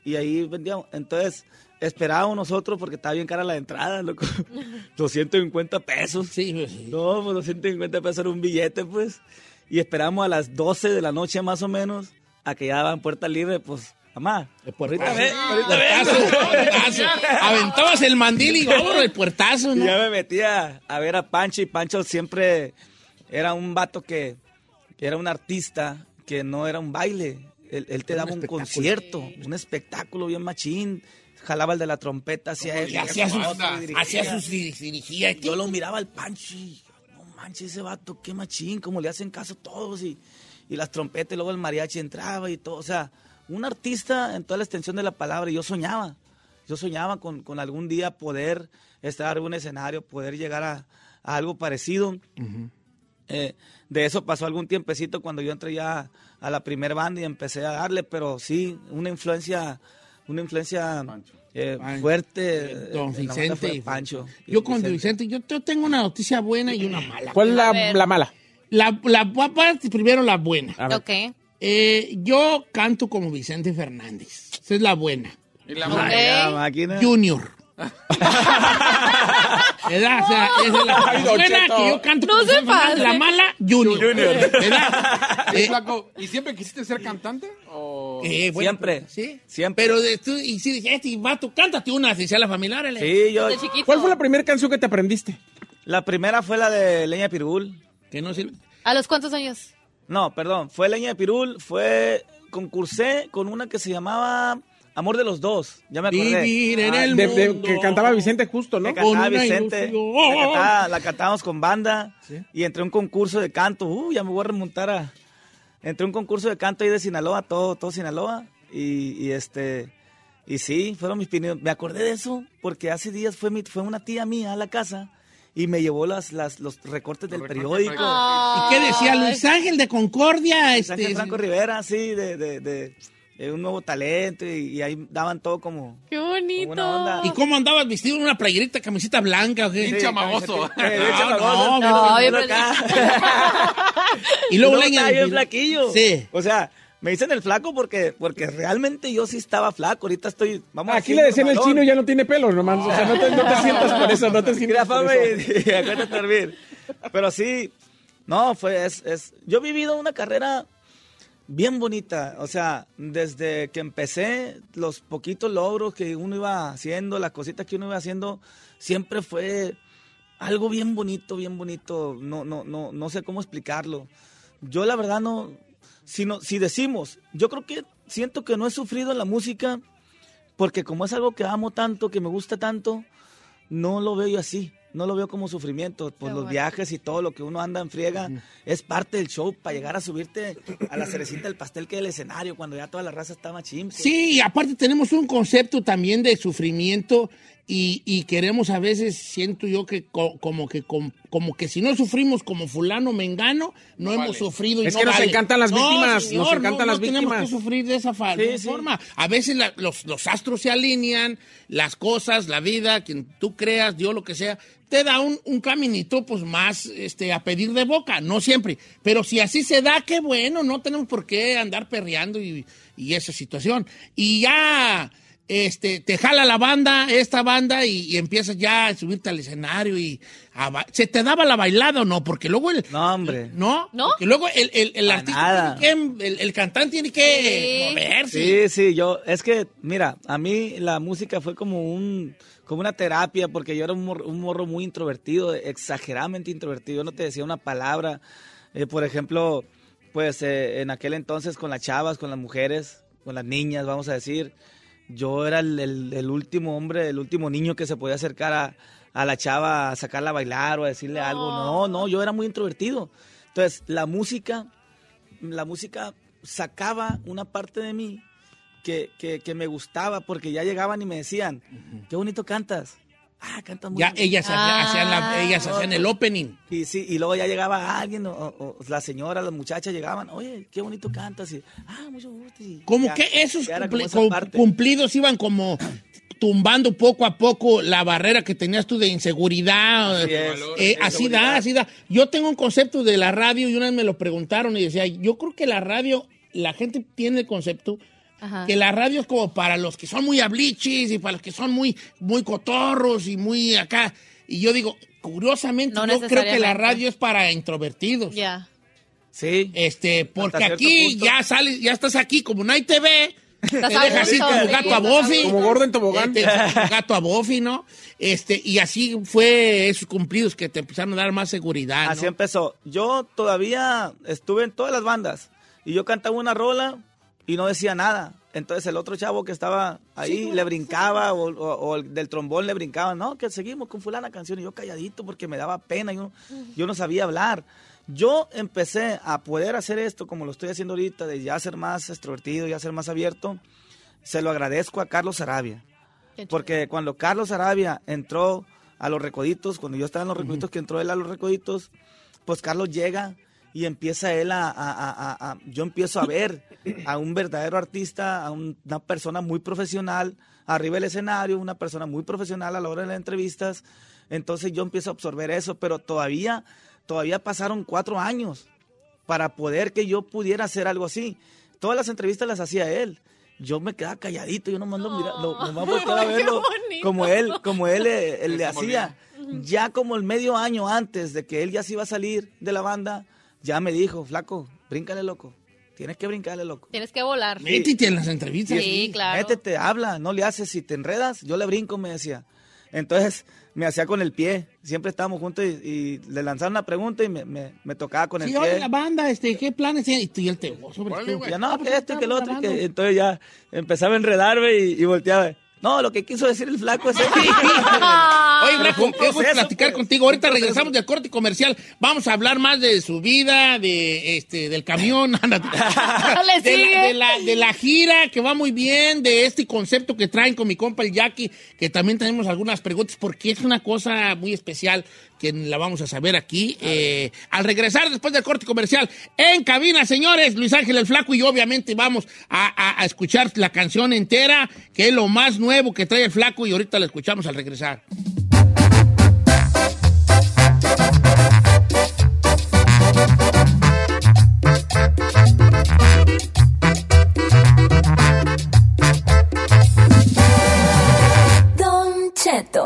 Speaker 7: y ahí vendíamos. Entonces esperábamos nosotros porque estaba bien cara la entrada, loco. 250 pesos.
Speaker 2: Sí, pues, sí.
Speaker 7: No, pues 250 pesos era un billete, pues. Y esperamos a las 12 de la noche más o menos a que ya daban puerta libre, pues, mamá.
Speaker 2: El
Speaker 7: Ahorita
Speaker 2: puertazo.
Speaker 7: ve, ahorita ve.
Speaker 2: Puertazo, puertazo. Aventabas el mandil y vámonos, el puertazo,
Speaker 7: Y
Speaker 2: ¿no?
Speaker 7: ya me metía a ver a Pancho y Pancho siempre era un vato que, que era un artista, que no era un baile. Él, él te
Speaker 2: Era
Speaker 7: daba
Speaker 2: un
Speaker 7: un,
Speaker 2: espectáculo.
Speaker 7: concierto, un espectáculo bien machín. Jalaba el de la trompeta, hacía
Speaker 2: Y hacía
Speaker 7: esto,
Speaker 2: sus,
Speaker 7: otro, y dirigía.
Speaker 2: hacía sus dir- dirigía.
Speaker 7: Yo lo miraba al Pancho y yo, no manches, ese vato, qué machín, como le hacen caso todos. Y, y las trompetas, y luego el mariachi entraba y todo. O sea, un artista en toda la extensión de la palabra. y Yo soñaba, yo soñaba con, con algún día poder estar en un escenario, poder llegar a, a algo parecido. Eh, de eso pasó algún tiempecito cuando yo entré ya a la primer banda y empecé a darle, pero sí, una influencia, una influencia eh,
Speaker 2: Pancho.
Speaker 7: fuerte.
Speaker 2: Don
Speaker 7: en la banda fue
Speaker 2: Vicente.
Speaker 7: Pancho.
Speaker 2: Yo con Don Vicente, yo yo tengo una noticia buena y una mala.
Speaker 3: ¿Cuál es
Speaker 4: A
Speaker 3: la,
Speaker 4: ver.
Speaker 3: la mala?
Speaker 2: La, la, voy a partir primero la buena.
Speaker 7: Ah.
Speaker 3: A ver.
Speaker 4: ok.
Speaker 2: Eh, yo canto como Vicente Fernández. Esa es la buena.
Speaker 5: Y la
Speaker 4: Ok.
Speaker 7: Ya, máquina.
Speaker 2: Junior. ¿Verdad? O sea, esa es la
Speaker 3: Ay, Don
Speaker 2: buena
Speaker 3: Cheto.
Speaker 2: que yo canto
Speaker 4: No
Speaker 2: como
Speaker 4: se
Speaker 2: Vicente Fernández.
Speaker 4: pase.
Speaker 2: La mala, Junior. ¿Verdad?
Speaker 5: Oye,
Speaker 2: Eh,
Speaker 5: flaco, ¿y siempre quisiste ser cantante? ¿O
Speaker 7: pero
Speaker 2: Eh, buena
Speaker 7: siempre.
Speaker 2: pregunta, ¿sí?
Speaker 7: Siempre.
Speaker 2: Pero de, tú, y si dije, este vato, cántate una, dice a la familia, órale.
Speaker 7: Sí, yo.
Speaker 4: De chiquito.
Speaker 3: ¿Cuál fue la primera canción que te aprendiste?
Speaker 7: La primera fue la de Leña de Pirul.
Speaker 2: Que no sirve.
Speaker 4: ¿A los cuántos años?
Speaker 7: No, perdón, fue Leña de Pirul, fue. Concursé con una que se llamaba Amor de los Dos. Ya me acordé.
Speaker 2: Vivir en
Speaker 7: Ah,
Speaker 2: el
Speaker 3: De- de-
Speaker 2: mundo.
Speaker 3: que cantaba Vicente Justo, ¿no?
Speaker 7: Que cantaba
Speaker 2: Con una
Speaker 7: Vicente,
Speaker 2: ilusión.
Speaker 7: la, cantaba- la cantábamos con banda y entré a un concurso de canto, uh, ya me voy a remontar a... Entré a un concurso de canto ahí de Sinaloa, todo, todo Sinaloa, y, y este... Y sí, fueron mis opiniones. Me acordé de eso porque hace días fue, mi, fue una tía mía a la casa y me llevó las, las, los recortes del periódico.
Speaker 2: ¿Y qué decía Luis Ángel de Concordia?
Speaker 7: Luis Ángel
Speaker 2: Este,
Speaker 7: Franco Rivera, sí, de, de- de- de un nuevo talento y, y ahí daban todo como...
Speaker 4: ¡Qué
Speaker 7: como
Speaker 4: bonito!
Speaker 7: una onda.
Speaker 2: ¿Y cómo andabas vestido? ¿Una playerita, camiseta blanca? o qué?
Speaker 5: Sí, chamagoso.
Speaker 7: Eh, de hecho,
Speaker 2: Ah, No,
Speaker 7: la
Speaker 2: no,
Speaker 7: voz, pero
Speaker 4: no,
Speaker 7: me
Speaker 4: yo
Speaker 7: vino
Speaker 4: aprendí.
Speaker 7: acá.
Speaker 2: Y luego
Speaker 7: no,
Speaker 2: leña
Speaker 7: estaba
Speaker 2: del
Speaker 7: bien
Speaker 2: Pirul.
Speaker 7: flaquillo.
Speaker 2: Sí.
Speaker 7: O sea, me dicen el flaco porque, porque realmente yo sí estaba flaco. Ahorita estoy. Vamos
Speaker 3: Aquí le decían el chino y ya no tiene pelo, nomás. O sea, no te, no te sientas por eso, no te
Speaker 7: Mira,
Speaker 3: sientas por
Speaker 7: fama
Speaker 3: eso.
Speaker 7: y, y acuérdate a dormir. Pero sí, no, fue. Es, es, yo he vivido una carrera bien bonita. O sea, desde que empecé, los poquitos logros que uno iba haciendo, las cositas que uno iba haciendo, siempre fue algo bien bonito, bien bonito. No, no, no, no sé cómo explicarlo. Yo la verdad no, si no, si decimos, yo creo que siento que no he sufrido en la música, porque como es algo que amo tanto, que me gusta tanto, no lo veo yo así. No lo veo como sufrimiento, pues
Speaker 4: Qué
Speaker 7: los
Speaker 4: bueno.
Speaker 7: viajes y todo lo que uno anda en friega es parte del show para llegar a subirte a la cerecita del pastel que es el escenario cuando ya toda la raza está machín. pues.
Speaker 2: Sí, y aparte tenemos un concepto también de sufrimiento y, y queremos a veces, siento yo que co- como que com- como que si no sufrimos como fulano mengano, no, hemos sufrido. Y
Speaker 3: Es que nos
Speaker 2: vale.
Speaker 3: encantan las
Speaker 2: No,
Speaker 3: víctimas,
Speaker 2: señor,
Speaker 3: nos encantan
Speaker 2: no,
Speaker 3: las
Speaker 2: no tenemos que
Speaker 3: víctimas.
Speaker 2: sufrir de esa fa-
Speaker 7: Sí, sí.
Speaker 2: forma. A veces la- los, los astros se alinean, las cosas, la vida, quien tú creas, Dios, lo que sea, te da un, un caminito pues más este, a pedir de boca, no siempre. Pero si así se da, qué bueno, no tenemos por qué andar perreando y, y esa situación. Y ya este, te jala la banda, esta banda, y, y empiezas ya a subirte al escenario y a ba- ¿Se te daba la bailada o no? Porque luego el...
Speaker 7: No, hombre.
Speaker 2: ¿No?
Speaker 4: ¿No?
Speaker 2: Porque luego el, el- el
Speaker 7: Para
Speaker 2: artista,
Speaker 7: nada.
Speaker 2: tiene que- el, el cantante tiene que
Speaker 4: Sí.
Speaker 2: moverse.
Speaker 7: Sí, sí, yo, es que, mira, a mí la música fue como un, como una terapia, porque yo era un morro, un morro muy introvertido, exageradamente introvertido, yo no te decía una palabra, Eh, por ejemplo, pues eh, en aquel entonces con las chavas, con las mujeres, con las niñas, vamos a decir, yo era el, el- el último hombre, el último niño que se podía acercar a, a la chava a sacarla a bailar o a decirle algo, no, no, yo era muy introvertido, entonces la música la música sacaba una parte de mí que, que- que me gustaba porque ya llegaban y me decían, qué bonito cantas. Ah, cantas muy
Speaker 2: Ya
Speaker 7: bonito".
Speaker 2: ellas, hacían-
Speaker 4: Ah.
Speaker 2: hacían, la- ellas hacían el opening.
Speaker 7: Y, sí, y luego ya llegaba alguien, o, o- o la señora, las muchachas llegaban, oye, qué bonito cantas. Y, ah, mucho gusto. Y
Speaker 2: Como
Speaker 7: ya-
Speaker 2: que esos
Speaker 7: ya era como
Speaker 2: cumpli-
Speaker 7: esa
Speaker 2: cum-
Speaker 7: parte.
Speaker 2: cumplidos iban como tumbando poco a poco la barrera que tenías tú de inseguridad.
Speaker 7: Así es.
Speaker 2: Eh, así da,
Speaker 7: Inseguridad.
Speaker 2: así da. Yo tengo un concepto de la radio y una vez me lo preguntaron y decía, yo creo que la radio, la gente tiene el concepto
Speaker 4: Ajá.
Speaker 2: que la radio es como para los que son muy ablichis y para los que son muy, muy cotorros y muy acá. Y yo digo, curiosamente,
Speaker 4: No
Speaker 2: yo creo que la
Speaker 4: necesariamente.
Speaker 2: radio es para introvertidos.
Speaker 4: Ya.
Speaker 7: Sí.
Speaker 2: Este, porque
Speaker 7: cierto
Speaker 2: aquí
Speaker 7: punto.
Speaker 2: ya sales, ya estás aquí como Night TV. Te
Speaker 4: a
Speaker 2: dejas así
Speaker 4: gusto,
Speaker 2: como
Speaker 4: sí,
Speaker 2: gato a
Speaker 4: estás a
Speaker 2: Bofi.
Speaker 3: Como gordo en tobogán.
Speaker 2: Este, gato a Bofi, ¿no? Este, y así fue esos cumplidos que te empezaron a dar más seguridad. ¿no?
Speaker 7: Así
Speaker 9: em-
Speaker 7: empezó. Yo todavía estuve en todas las bandas y yo cantaba una rola y no decía nada. Entonces el otro chavo que
Speaker 9: "Ah,
Speaker 7: estaba ahí le brincaba o, o- o el del trombón le brincaba, no, que seguimos con fulana canción y yo calladito porque me daba pena, yo, yo no sabía hablar. Yo empecé a poder hacer esto como lo estoy haciendo ahorita, de ya ser más extrovertido, ya ser más abierto. Se lo agradezco a Carlos Arabia.
Speaker 4: Qué chido.
Speaker 7: Porque cuando Carlos Arabia entró a los Recoditos, cuando yo estaba en los Recoditos, que entró él a los Recoditos, pues Carlos llega y empieza él a, a- a- a- a- yo empiezo a ver a un verdadero artista, a un- una persona muy profesional arriba del escenario, una persona muy profesional a la hora de las entrevistas, entonces yo empiezo a absorber eso, pero todavía, todavía pasaron cuatro años para poder que yo pudiera hacer algo así. Todas las entrevistas las hacía él. Yo me quedaba calladito, yo nomás lo miraba, lo, nomás
Speaker 9: pues,
Speaker 7: volteaba a
Speaker 4: Qué
Speaker 7: verlo
Speaker 4: bonito.
Speaker 7: como él, como él, eh, él le hacía. Ya como el medio año antes de que él ya se iba a salir de la banda, ya me dijo, flaco, bríncale loco.
Speaker 9: Tienes que brincarle, loco.
Speaker 4: Tienes que volar.
Speaker 2: Métete en las entrevistas.
Speaker 4: Sí, claro.
Speaker 9: Métete, habla, no le haces. Si te enredas, yo le brinco, me decía. Entonces me hacía con el pie. Siempre estábamos juntos y, y le lanzaban una pregunta y me, me- me tocaba con el
Speaker 2: Sí,
Speaker 9: pie.
Speaker 2: oye, la banda, este, ¿qué planes tiene? Y tú y él te oh, sobre tú.
Speaker 9: Ya no, que
Speaker 2: pues,
Speaker 9: esto y que lo
Speaker 2: estamos grabando.
Speaker 9: otro. y que- entonces ya empezaba a enredarme y, y volteaba. No, lo que quiso decir el flaco es
Speaker 2: Oye,
Speaker 9: Oye,
Speaker 2: Braco, qué gusto platicar contigo. Ahorita regresamos del corte comercial. Vamos a hablar más de su vida, de este, del camión, ándate.
Speaker 4: Dale,
Speaker 2: de, la,
Speaker 4: sigue.
Speaker 2: de la- de la gira que va muy bien, de este concepto que traen con mi compa el Jackie, que también tenemos algunas preguntas porque es una cosa muy especial que la vamos a saber aquí. Eh, al regresar después del corte comercial en cabina, señores, Luis Ángel el Flaco y yo obviamente vamos a, a- a escuchar la canción entera, que es lo más nuevo que trae el Flaco y ahorita la escuchamos al regresar.
Speaker 8: Don Cheto.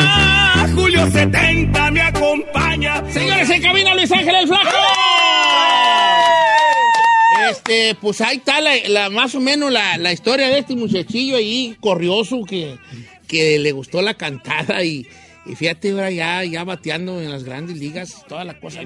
Speaker 10: Ah, Julio 70 me acompaña.
Speaker 2: Señores, en camino Luis Ángel el Flaco. Este, pues ahí está la, la- más o menos la, la historia de este muchachillo ahí, corrioso, que, que le gustó la cantada y, y fíjate, ahora ya, ya bateando en las grandes ligas, toda la cosa.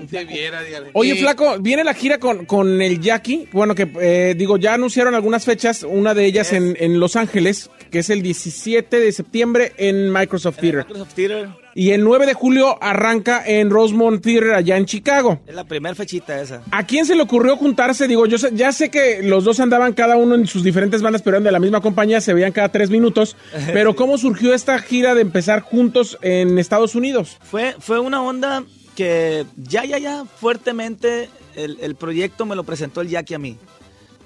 Speaker 3: Oye,
Speaker 2: Eh,
Speaker 3: Flaco, viene la gira con, con el Jackie. Bueno, que eh, digo, ya anunciaron algunas fechas, una de ellas en, en Los Ángeles, que es el 17 de septiembre en Microsoft Theater.
Speaker 9: Theater
Speaker 3: Y el 9 de julio arranca en Rosemont Theater allá en Chicago.
Speaker 9: es la primera fechita esa.
Speaker 3: ¿A quién se le ocurrió juntarse? Digo, yo sé- ya sé que los dos andaban cada uno en sus diferentes bandas, pero eran de la misma compañía, se veían cada tres minutos. Pero ¿cómo surgió esta gira de empezar juntos en Estados Unidos?
Speaker 9: Fue, fue una onda que ya, ya, ya fuertemente el, el proyecto me lo presentó el Jackie a mí.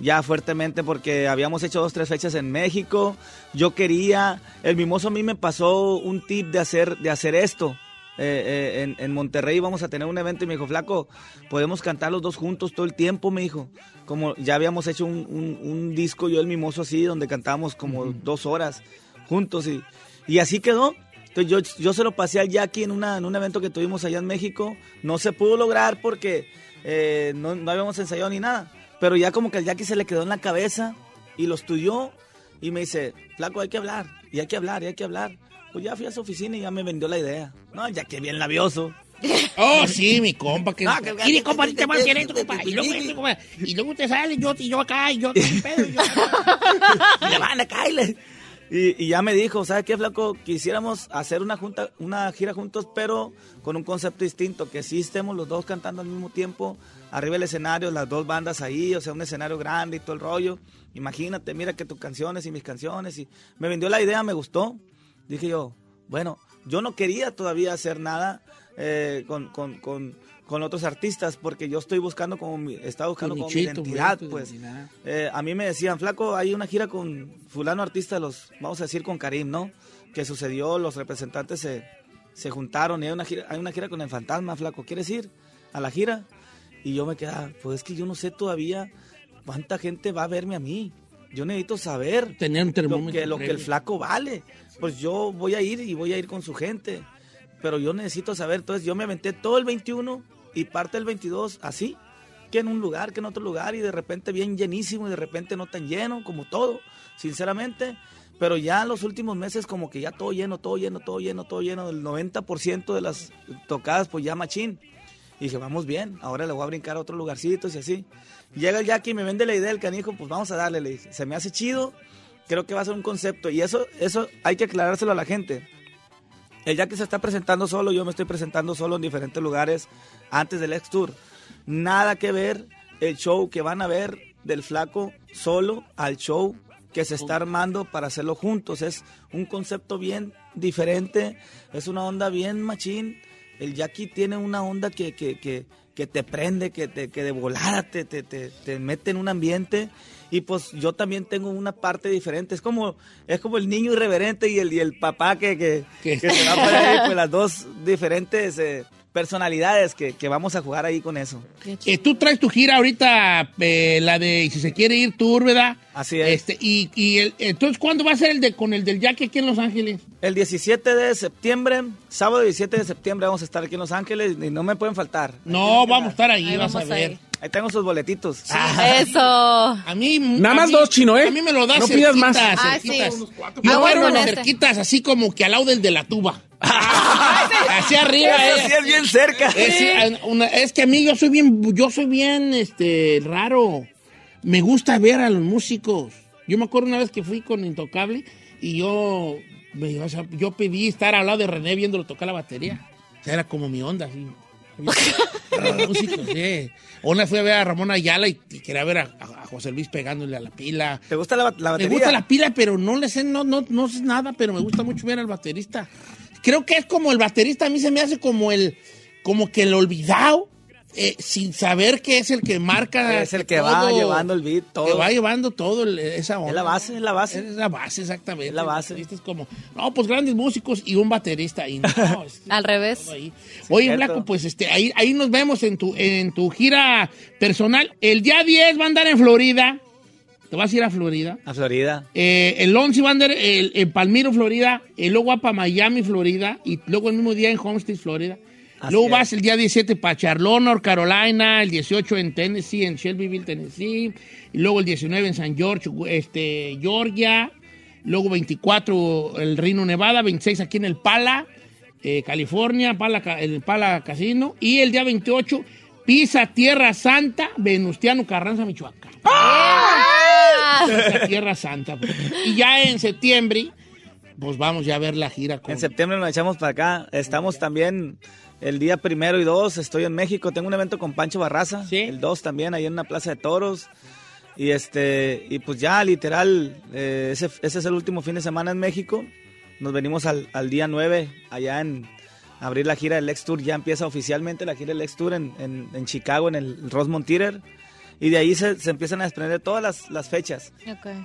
Speaker 9: Ya fuertemente porque habíamos hecho dos, tres fechas en México. Yo quería, el mimoso a mí me pasó un tip de hacer, de hacer esto. Eh, eh, en, en Monterrey vamos a tener un evento y me dijo, flaco, podemos cantar los dos juntos todo el tiempo, me dijo. Como ya habíamos hecho un, un- un disco yo el mimoso así, donde cantábamos como dos horas juntos y, y así quedó. Entonces yo, yo se lo pasé al Jackie en, una, en un evento que tuvimos allá en México. No se pudo lograr porque eh, no, no habíamos ensayado ni nada. Pero ya como que al Jackie se le quedó en la cabeza y lo estudió y me dice, flaco, hay que hablar, y hay que hablar, y hay que hablar. Pues ya fui a su oficina y ya me vendió la idea. No, ya que bien labioso.
Speaker 2: Oh, sí, mi compa. Que...
Speaker 9: Ah, que-
Speaker 2: Mire, compa, ahorita voy a hacer esto, compa. Y luego, esto, compa. y luego te sale, y yo, y yo acá, y yo, ¿qué pedo? Y yo- "Ah,
Speaker 9: le van a caerle. Y, y ya me dijo, ¿sabes qué, flaco? Quisiéramos hacer una, junta, una gira juntos, pero con un concepto distinto, que sí estemos los dos cantando al mismo tiempo, arriba del escenario, las dos bandas ahí, o sea, un escenario grande y todo el rollo. Imagínate, mira que tus canciones y mis canciones. Y me vendió la idea, me gustó. Dije yo, bueno, yo no quería todavía hacer nada eh, con, con- con- con otros artistas, porque yo estoy buscando como mi, estaba buscando como mi
Speaker 2: Nichito, güey,
Speaker 9: identidad,
Speaker 2: tu
Speaker 9: pues.
Speaker 2: identidad.
Speaker 9: Eh, a mí me decían, flaco, hay una gira con fulano artista, los, vamos a decir con Karim, ¿no? Que sucedió, los representantes se, se juntaron y hay una, gira, hay una gira con el fantasma, flaco, ¿quieres ir a la gira? Y yo me quedaba, pues es que yo no sé todavía cuánta gente va a verme a mí. Yo necesito saber
Speaker 2: Tener un
Speaker 9: lo
Speaker 2: termómetro
Speaker 9: que, lo que el
Speaker 2: previo.
Speaker 9: flaco vale. Pues yo voy a ir y voy a ir con su gente. Pero yo necesito saber, entonces yo me aventé todo el 21 y parte del 22 así que en un lugar, que en otro lugar, y de repente bien llenísimo y de repente no tan lleno, como todo, sinceramente. Pero ya en los últimos meses como que ya todo lleno, todo lleno, todo lleno, todo lleno. El 90% de las tocadas pues ya machín. Y dije, vamos bien, ahora le voy a brincar a otro lugarcito y así. Llega el Jackie y me vende la idea del canijo, pues vamos a darle, le dije, se me hace chido, creo que va a ser un concepto. Y eso, eso hay que aclarárselo a la gente. El Jackie se está presentando solo, yo me estoy presentando solo en diferentes lugares antes del ex tour. Nada que ver el show que van a ver del flaco solo al show que se está armando para hacerlo juntos. Es un concepto bien diferente, es una onda bien machín. El Jackie tiene una onda que, que, que, que te prende, que, te, que de volada te, te, te, te mete en un ambiente. Y pues yo también tengo una parte diferente. Es como, es como el niño irreverente y el, y el papá que, que, que se va para ahí, pues las dos diferentes eh, personalidades que, que vamos a jugar ahí con eso.
Speaker 2: Eh, tú traes tu gira ahorita, eh, la de si se quiere ir tour, ¿verdad?
Speaker 9: Así es.
Speaker 2: Este, y, y el- entonces, ¿cuándo va a ser el de con el del Jackie aquí en Los Ángeles?
Speaker 9: El 17 de Este septiembre, sábado 17 de septiembre vamos a estar aquí en Los Ángeles y no me pueden faltar.
Speaker 2: No, vamos a estar ahí,
Speaker 9: Ahí
Speaker 2: vas a
Speaker 9: vamos a
Speaker 2: ver.
Speaker 9: ir. Ahí tengo sus boletitos. Ah,
Speaker 4: Eso. A
Speaker 2: mí.
Speaker 3: Nada
Speaker 2: a
Speaker 3: más
Speaker 2: mí-
Speaker 3: dos, chino, ¿eh?
Speaker 2: A mí me lo das
Speaker 3: No pidas más.
Speaker 2: cerquitas,
Speaker 4: Ah,
Speaker 2: cerquitas.
Speaker 4: sí.
Speaker 2: Yo
Speaker 4: Aguas
Speaker 2: quiero
Speaker 4: con
Speaker 2: los
Speaker 4: este.
Speaker 2: cerquitas, así como que al lado del de la tuba. Hacia arriba,
Speaker 9: Eso
Speaker 2: eh.
Speaker 9: sí es bien cerca.
Speaker 2: Es, eh, una- es que a mí yo soy bien, yo soy bien este, raro. Me gusta ver a los músicos. Yo me acuerdo una vez que fui con Intocable y yo, me- o sea, yo pedí estar al lado de René viéndolo tocar la batería. O sea, era como mi onda. así. Los músicos, sí. Una fui a ver a Ramón Ayala y, y quería ver a, a- a José Luis pegándole a la pila.
Speaker 9: ¿Te gusta la, la
Speaker 2: Me
Speaker 9: batería?
Speaker 2: gusta la pila, pero no le sé, no, no, no sé nada, pero me gusta mucho ver al baterista. Creo que es como el baterista, a mí se me hace como el, como que el olvidado, eh, sin saber que es el que marca.
Speaker 9: Es el que va
Speaker 2: todo,
Speaker 9: llevando el beat, todo.
Speaker 2: Que va llevando todo el- esa onda.
Speaker 9: Es la base, es la base.
Speaker 2: Es la base, exactamente.
Speaker 9: Es la base.
Speaker 2: El baterista Es como, no, pues grandes músicos y un baterista. Y no, es-
Speaker 4: Al revés.
Speaker 2: Oye,
Speaker 9: Ah, cierto.
Speaker 2: Blanco, pues este, ahí, ahí nos vemos en tu, en tu gira personal. El día 10 va a andar en Florida. ¿Te vas a ir a Florida?
Speaker 9: A Florida.
Speaker 2: Eh, el 11 va a andar el- en Palmiro, Florida. Y luego va para Miami, Florida. Y luego el mismo día en Homestead, Florida.
Speaker 9: Así
Speaker 2: luego
Speaker 9: es.
Speaker 2: vas el día 17 para Charlotte, North Carolina. El 18 en Tennessee, en Shelbyville, Tennessee. Y luego el 19 en San George, este, Georgia. Luego 24 el Reno, Nevada. 26 aquí en el Pala, eh, California. Pala, Ca- el Pala Casino. Y el día 28 Pisa, Tierra Santa, Venustiano Carranza, Michoacán. Esa Tierra Santa. pues. Y ya en septiembre, pues vamos ya a ver la gira con...
Speaker 9: En septiembre nos echamos para acá. Estamos también el día primero y dos. Estoy en México. Tengo un evento con Pancho Barraza. El dos también, ahí en una plaza de toros. Y este, y pues ya literal, eh, ese, ese es el último fin de semana en México. Nos venimos al, al día 9 allá en abrir la gira del Lex Tour. Ya empieza oficialmente la gira del Lex Tour en, en- en Chicago, en el Rosemont Theater. Y de ahí se, se empiezan a desprender todas las, las fechas.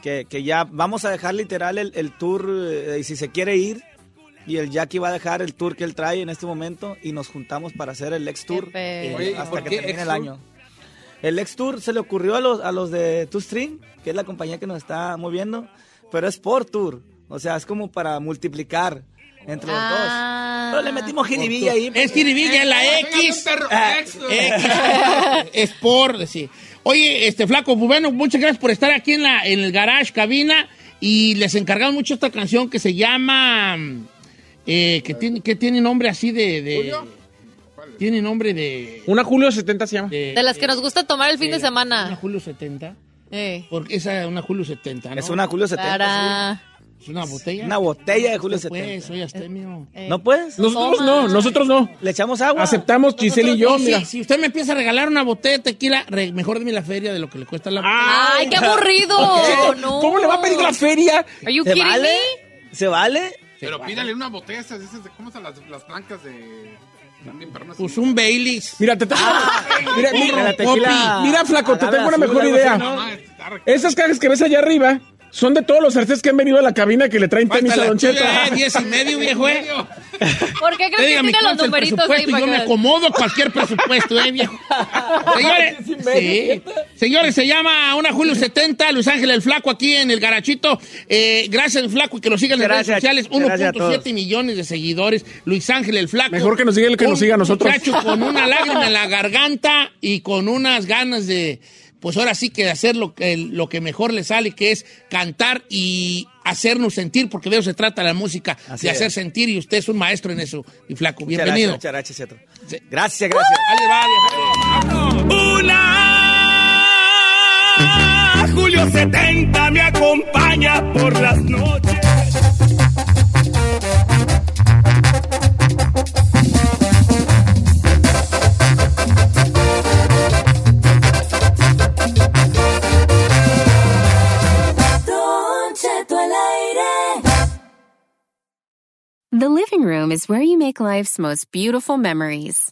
Speaker 9: Que, que ya vamos a dejar literal el, el tour, eh, y si se quiere ir, y el Jackie va a dejar el tour que él trae en este momento y nos juntamos para hacer el ex tour eh,
Speaker 5: Oye, ¿y por
Speaker 9: hasta que
Speaker 5: qué
Speaker 9: termine el
Speaker 5: Ex-Tour?
Speaker 9: año. El ex tour se le ocurrió a los, a los de Two Stream, que es la compañía que nos está moviendo, pero es por tour, o sea, es como para multiplicar entre los
Speaker 4: Ah.
Speaker 9: dos. Pero le metimos jiribilla ahí.
Speaker 2: Es jiribilla, es la X. Ah, X. es por decir. Oye, este flaco, pues bueno, muchas gracias por estar aquí en, la, en el garage, cabina. Y les encargamos mucho esta canción que se llama... eh, que, tiene, que tiene nombre así de... de- Tiene nombre de...
Speaker 3: Una Julio 70 se llama.
Speaker 4: De las que nos gusta tomar el fin de
Speaker 2: Una
Speaker 4: semana.
Speaker 2: Julio 70.
Speaker 4: Eh.
Speaker 2: Porque esa es una Julio 70, ¿no?
Speaker 9: Es una Julio 70,
Speaker 4: Para.
Speaker 2: ¿Es una botella?
Speaker 9: Una botella de Julio
Speaker 2: Pues,
Speaker 9: 70.
Speaker 2: soy astemio.
Speaker 9: ¿No puedes?
Speaker 3: Nosotros no, nosotros no.
Speaker 9: ¿Le echamos agua?
Speaker 3: Aceptamos Giselle y yo,
Speaker 2: Sí,
Speaker 3: mira.
Speaker 2: Si usted me empieza a regalar una botella de tequila, re- mejor deme la feria de lo que le cuesta la
Speaker 3: Ah.
Speaker 4: ¡Ay, qué aburrido! No.
Speaker 3: ¿Cómo le va a pedir la feria?
Speaker 4: Are you
Speaker 9: ¿Se
Speaker 4: kidding
Speaker 9: vale?
Speaker 4: me?
Speaker 9: ¿Se vale?
Speaker 5: Pero pídale una botella esas, esas de, ¿cómo están las, las blancas de... también para unas-
Speaker 2: Pues un Baileys.
Speaker 3: Mira, te tengo- mira,
Speaker 2: Burro,
Speaker 3: mira,
Speaker 9: tequila.
Speaker 3: mira, flaco, te
Speaker 9: Agave
Speaker 3: tengo una
Speaker 9: azul,
Speaker 3: mejor
Speaker 9: algo
Speaker 3: idea.
Speaker 9: así, ¿no?
Speaker 3: Esas cajas que ves allá arriba son de todos los artistas que han venido a la cabina que le traen
Speaker 2: Hasta
Speaker 3: tenis a
Speaker 2: la
Speaker 3: Don Cheto.
Speaker 2: tuya, eh, diez y medio, viejo, eh.
Speaker 4: ¿Por qué crees que
Speaker 2: Dígame
Speaker 4: tiene
Speaker 2: cuál
Speaker 4: los
Speaker 2: es el
Speaker 4: numeritos ahí
Speaker 2: presupuesto y yo
Speaker 4: para
Speaker 2: me
Speaker 4: acá?
Speaker 2: acomodo cualquier presupuesto, eh, viejo. Señores, sí. Señores, se llama Una Julio 70, Luis Ángel el Flaco aquí en el Garachito. Eh, gracias el Flaco y que lo sigan en redes
Speaker 9: Gracias,
Speaker 2: sociales.
Speaker 9: gracias a todos.
Speaker 2: 1.7 millones de seguidores. Luis Ángel el Flaco.
Speaker 3: Mejor que nos siga el que
Speaker 2: Un
Speaker 3: nos siga a nosotros.
Speaker 2: muchacho con una lágrima en la garganta y con unas ganas de, pues ahora sí que hacer lo que, lo que mejor le sale, que es cantar y hacernos sentir, porque de eso se trata la música,
Speaker 3: Así
Speaker 2: de
Speaker 3: es.
Speaker 2: hacer sentir, y usted es un maestro en eso, mi flaco.
Speaker 3: Muchas
Speaker 2: Bienvenido.
Speaker 3: gracias, muchas gracias, Cheto. Gracias, gracias.
Speaker 11: A Julio 70 me acompaña por las noches.
Speaker 1: Don Cheto al aire.
Speaker 12: The living room is where you make life's most beautiful memories.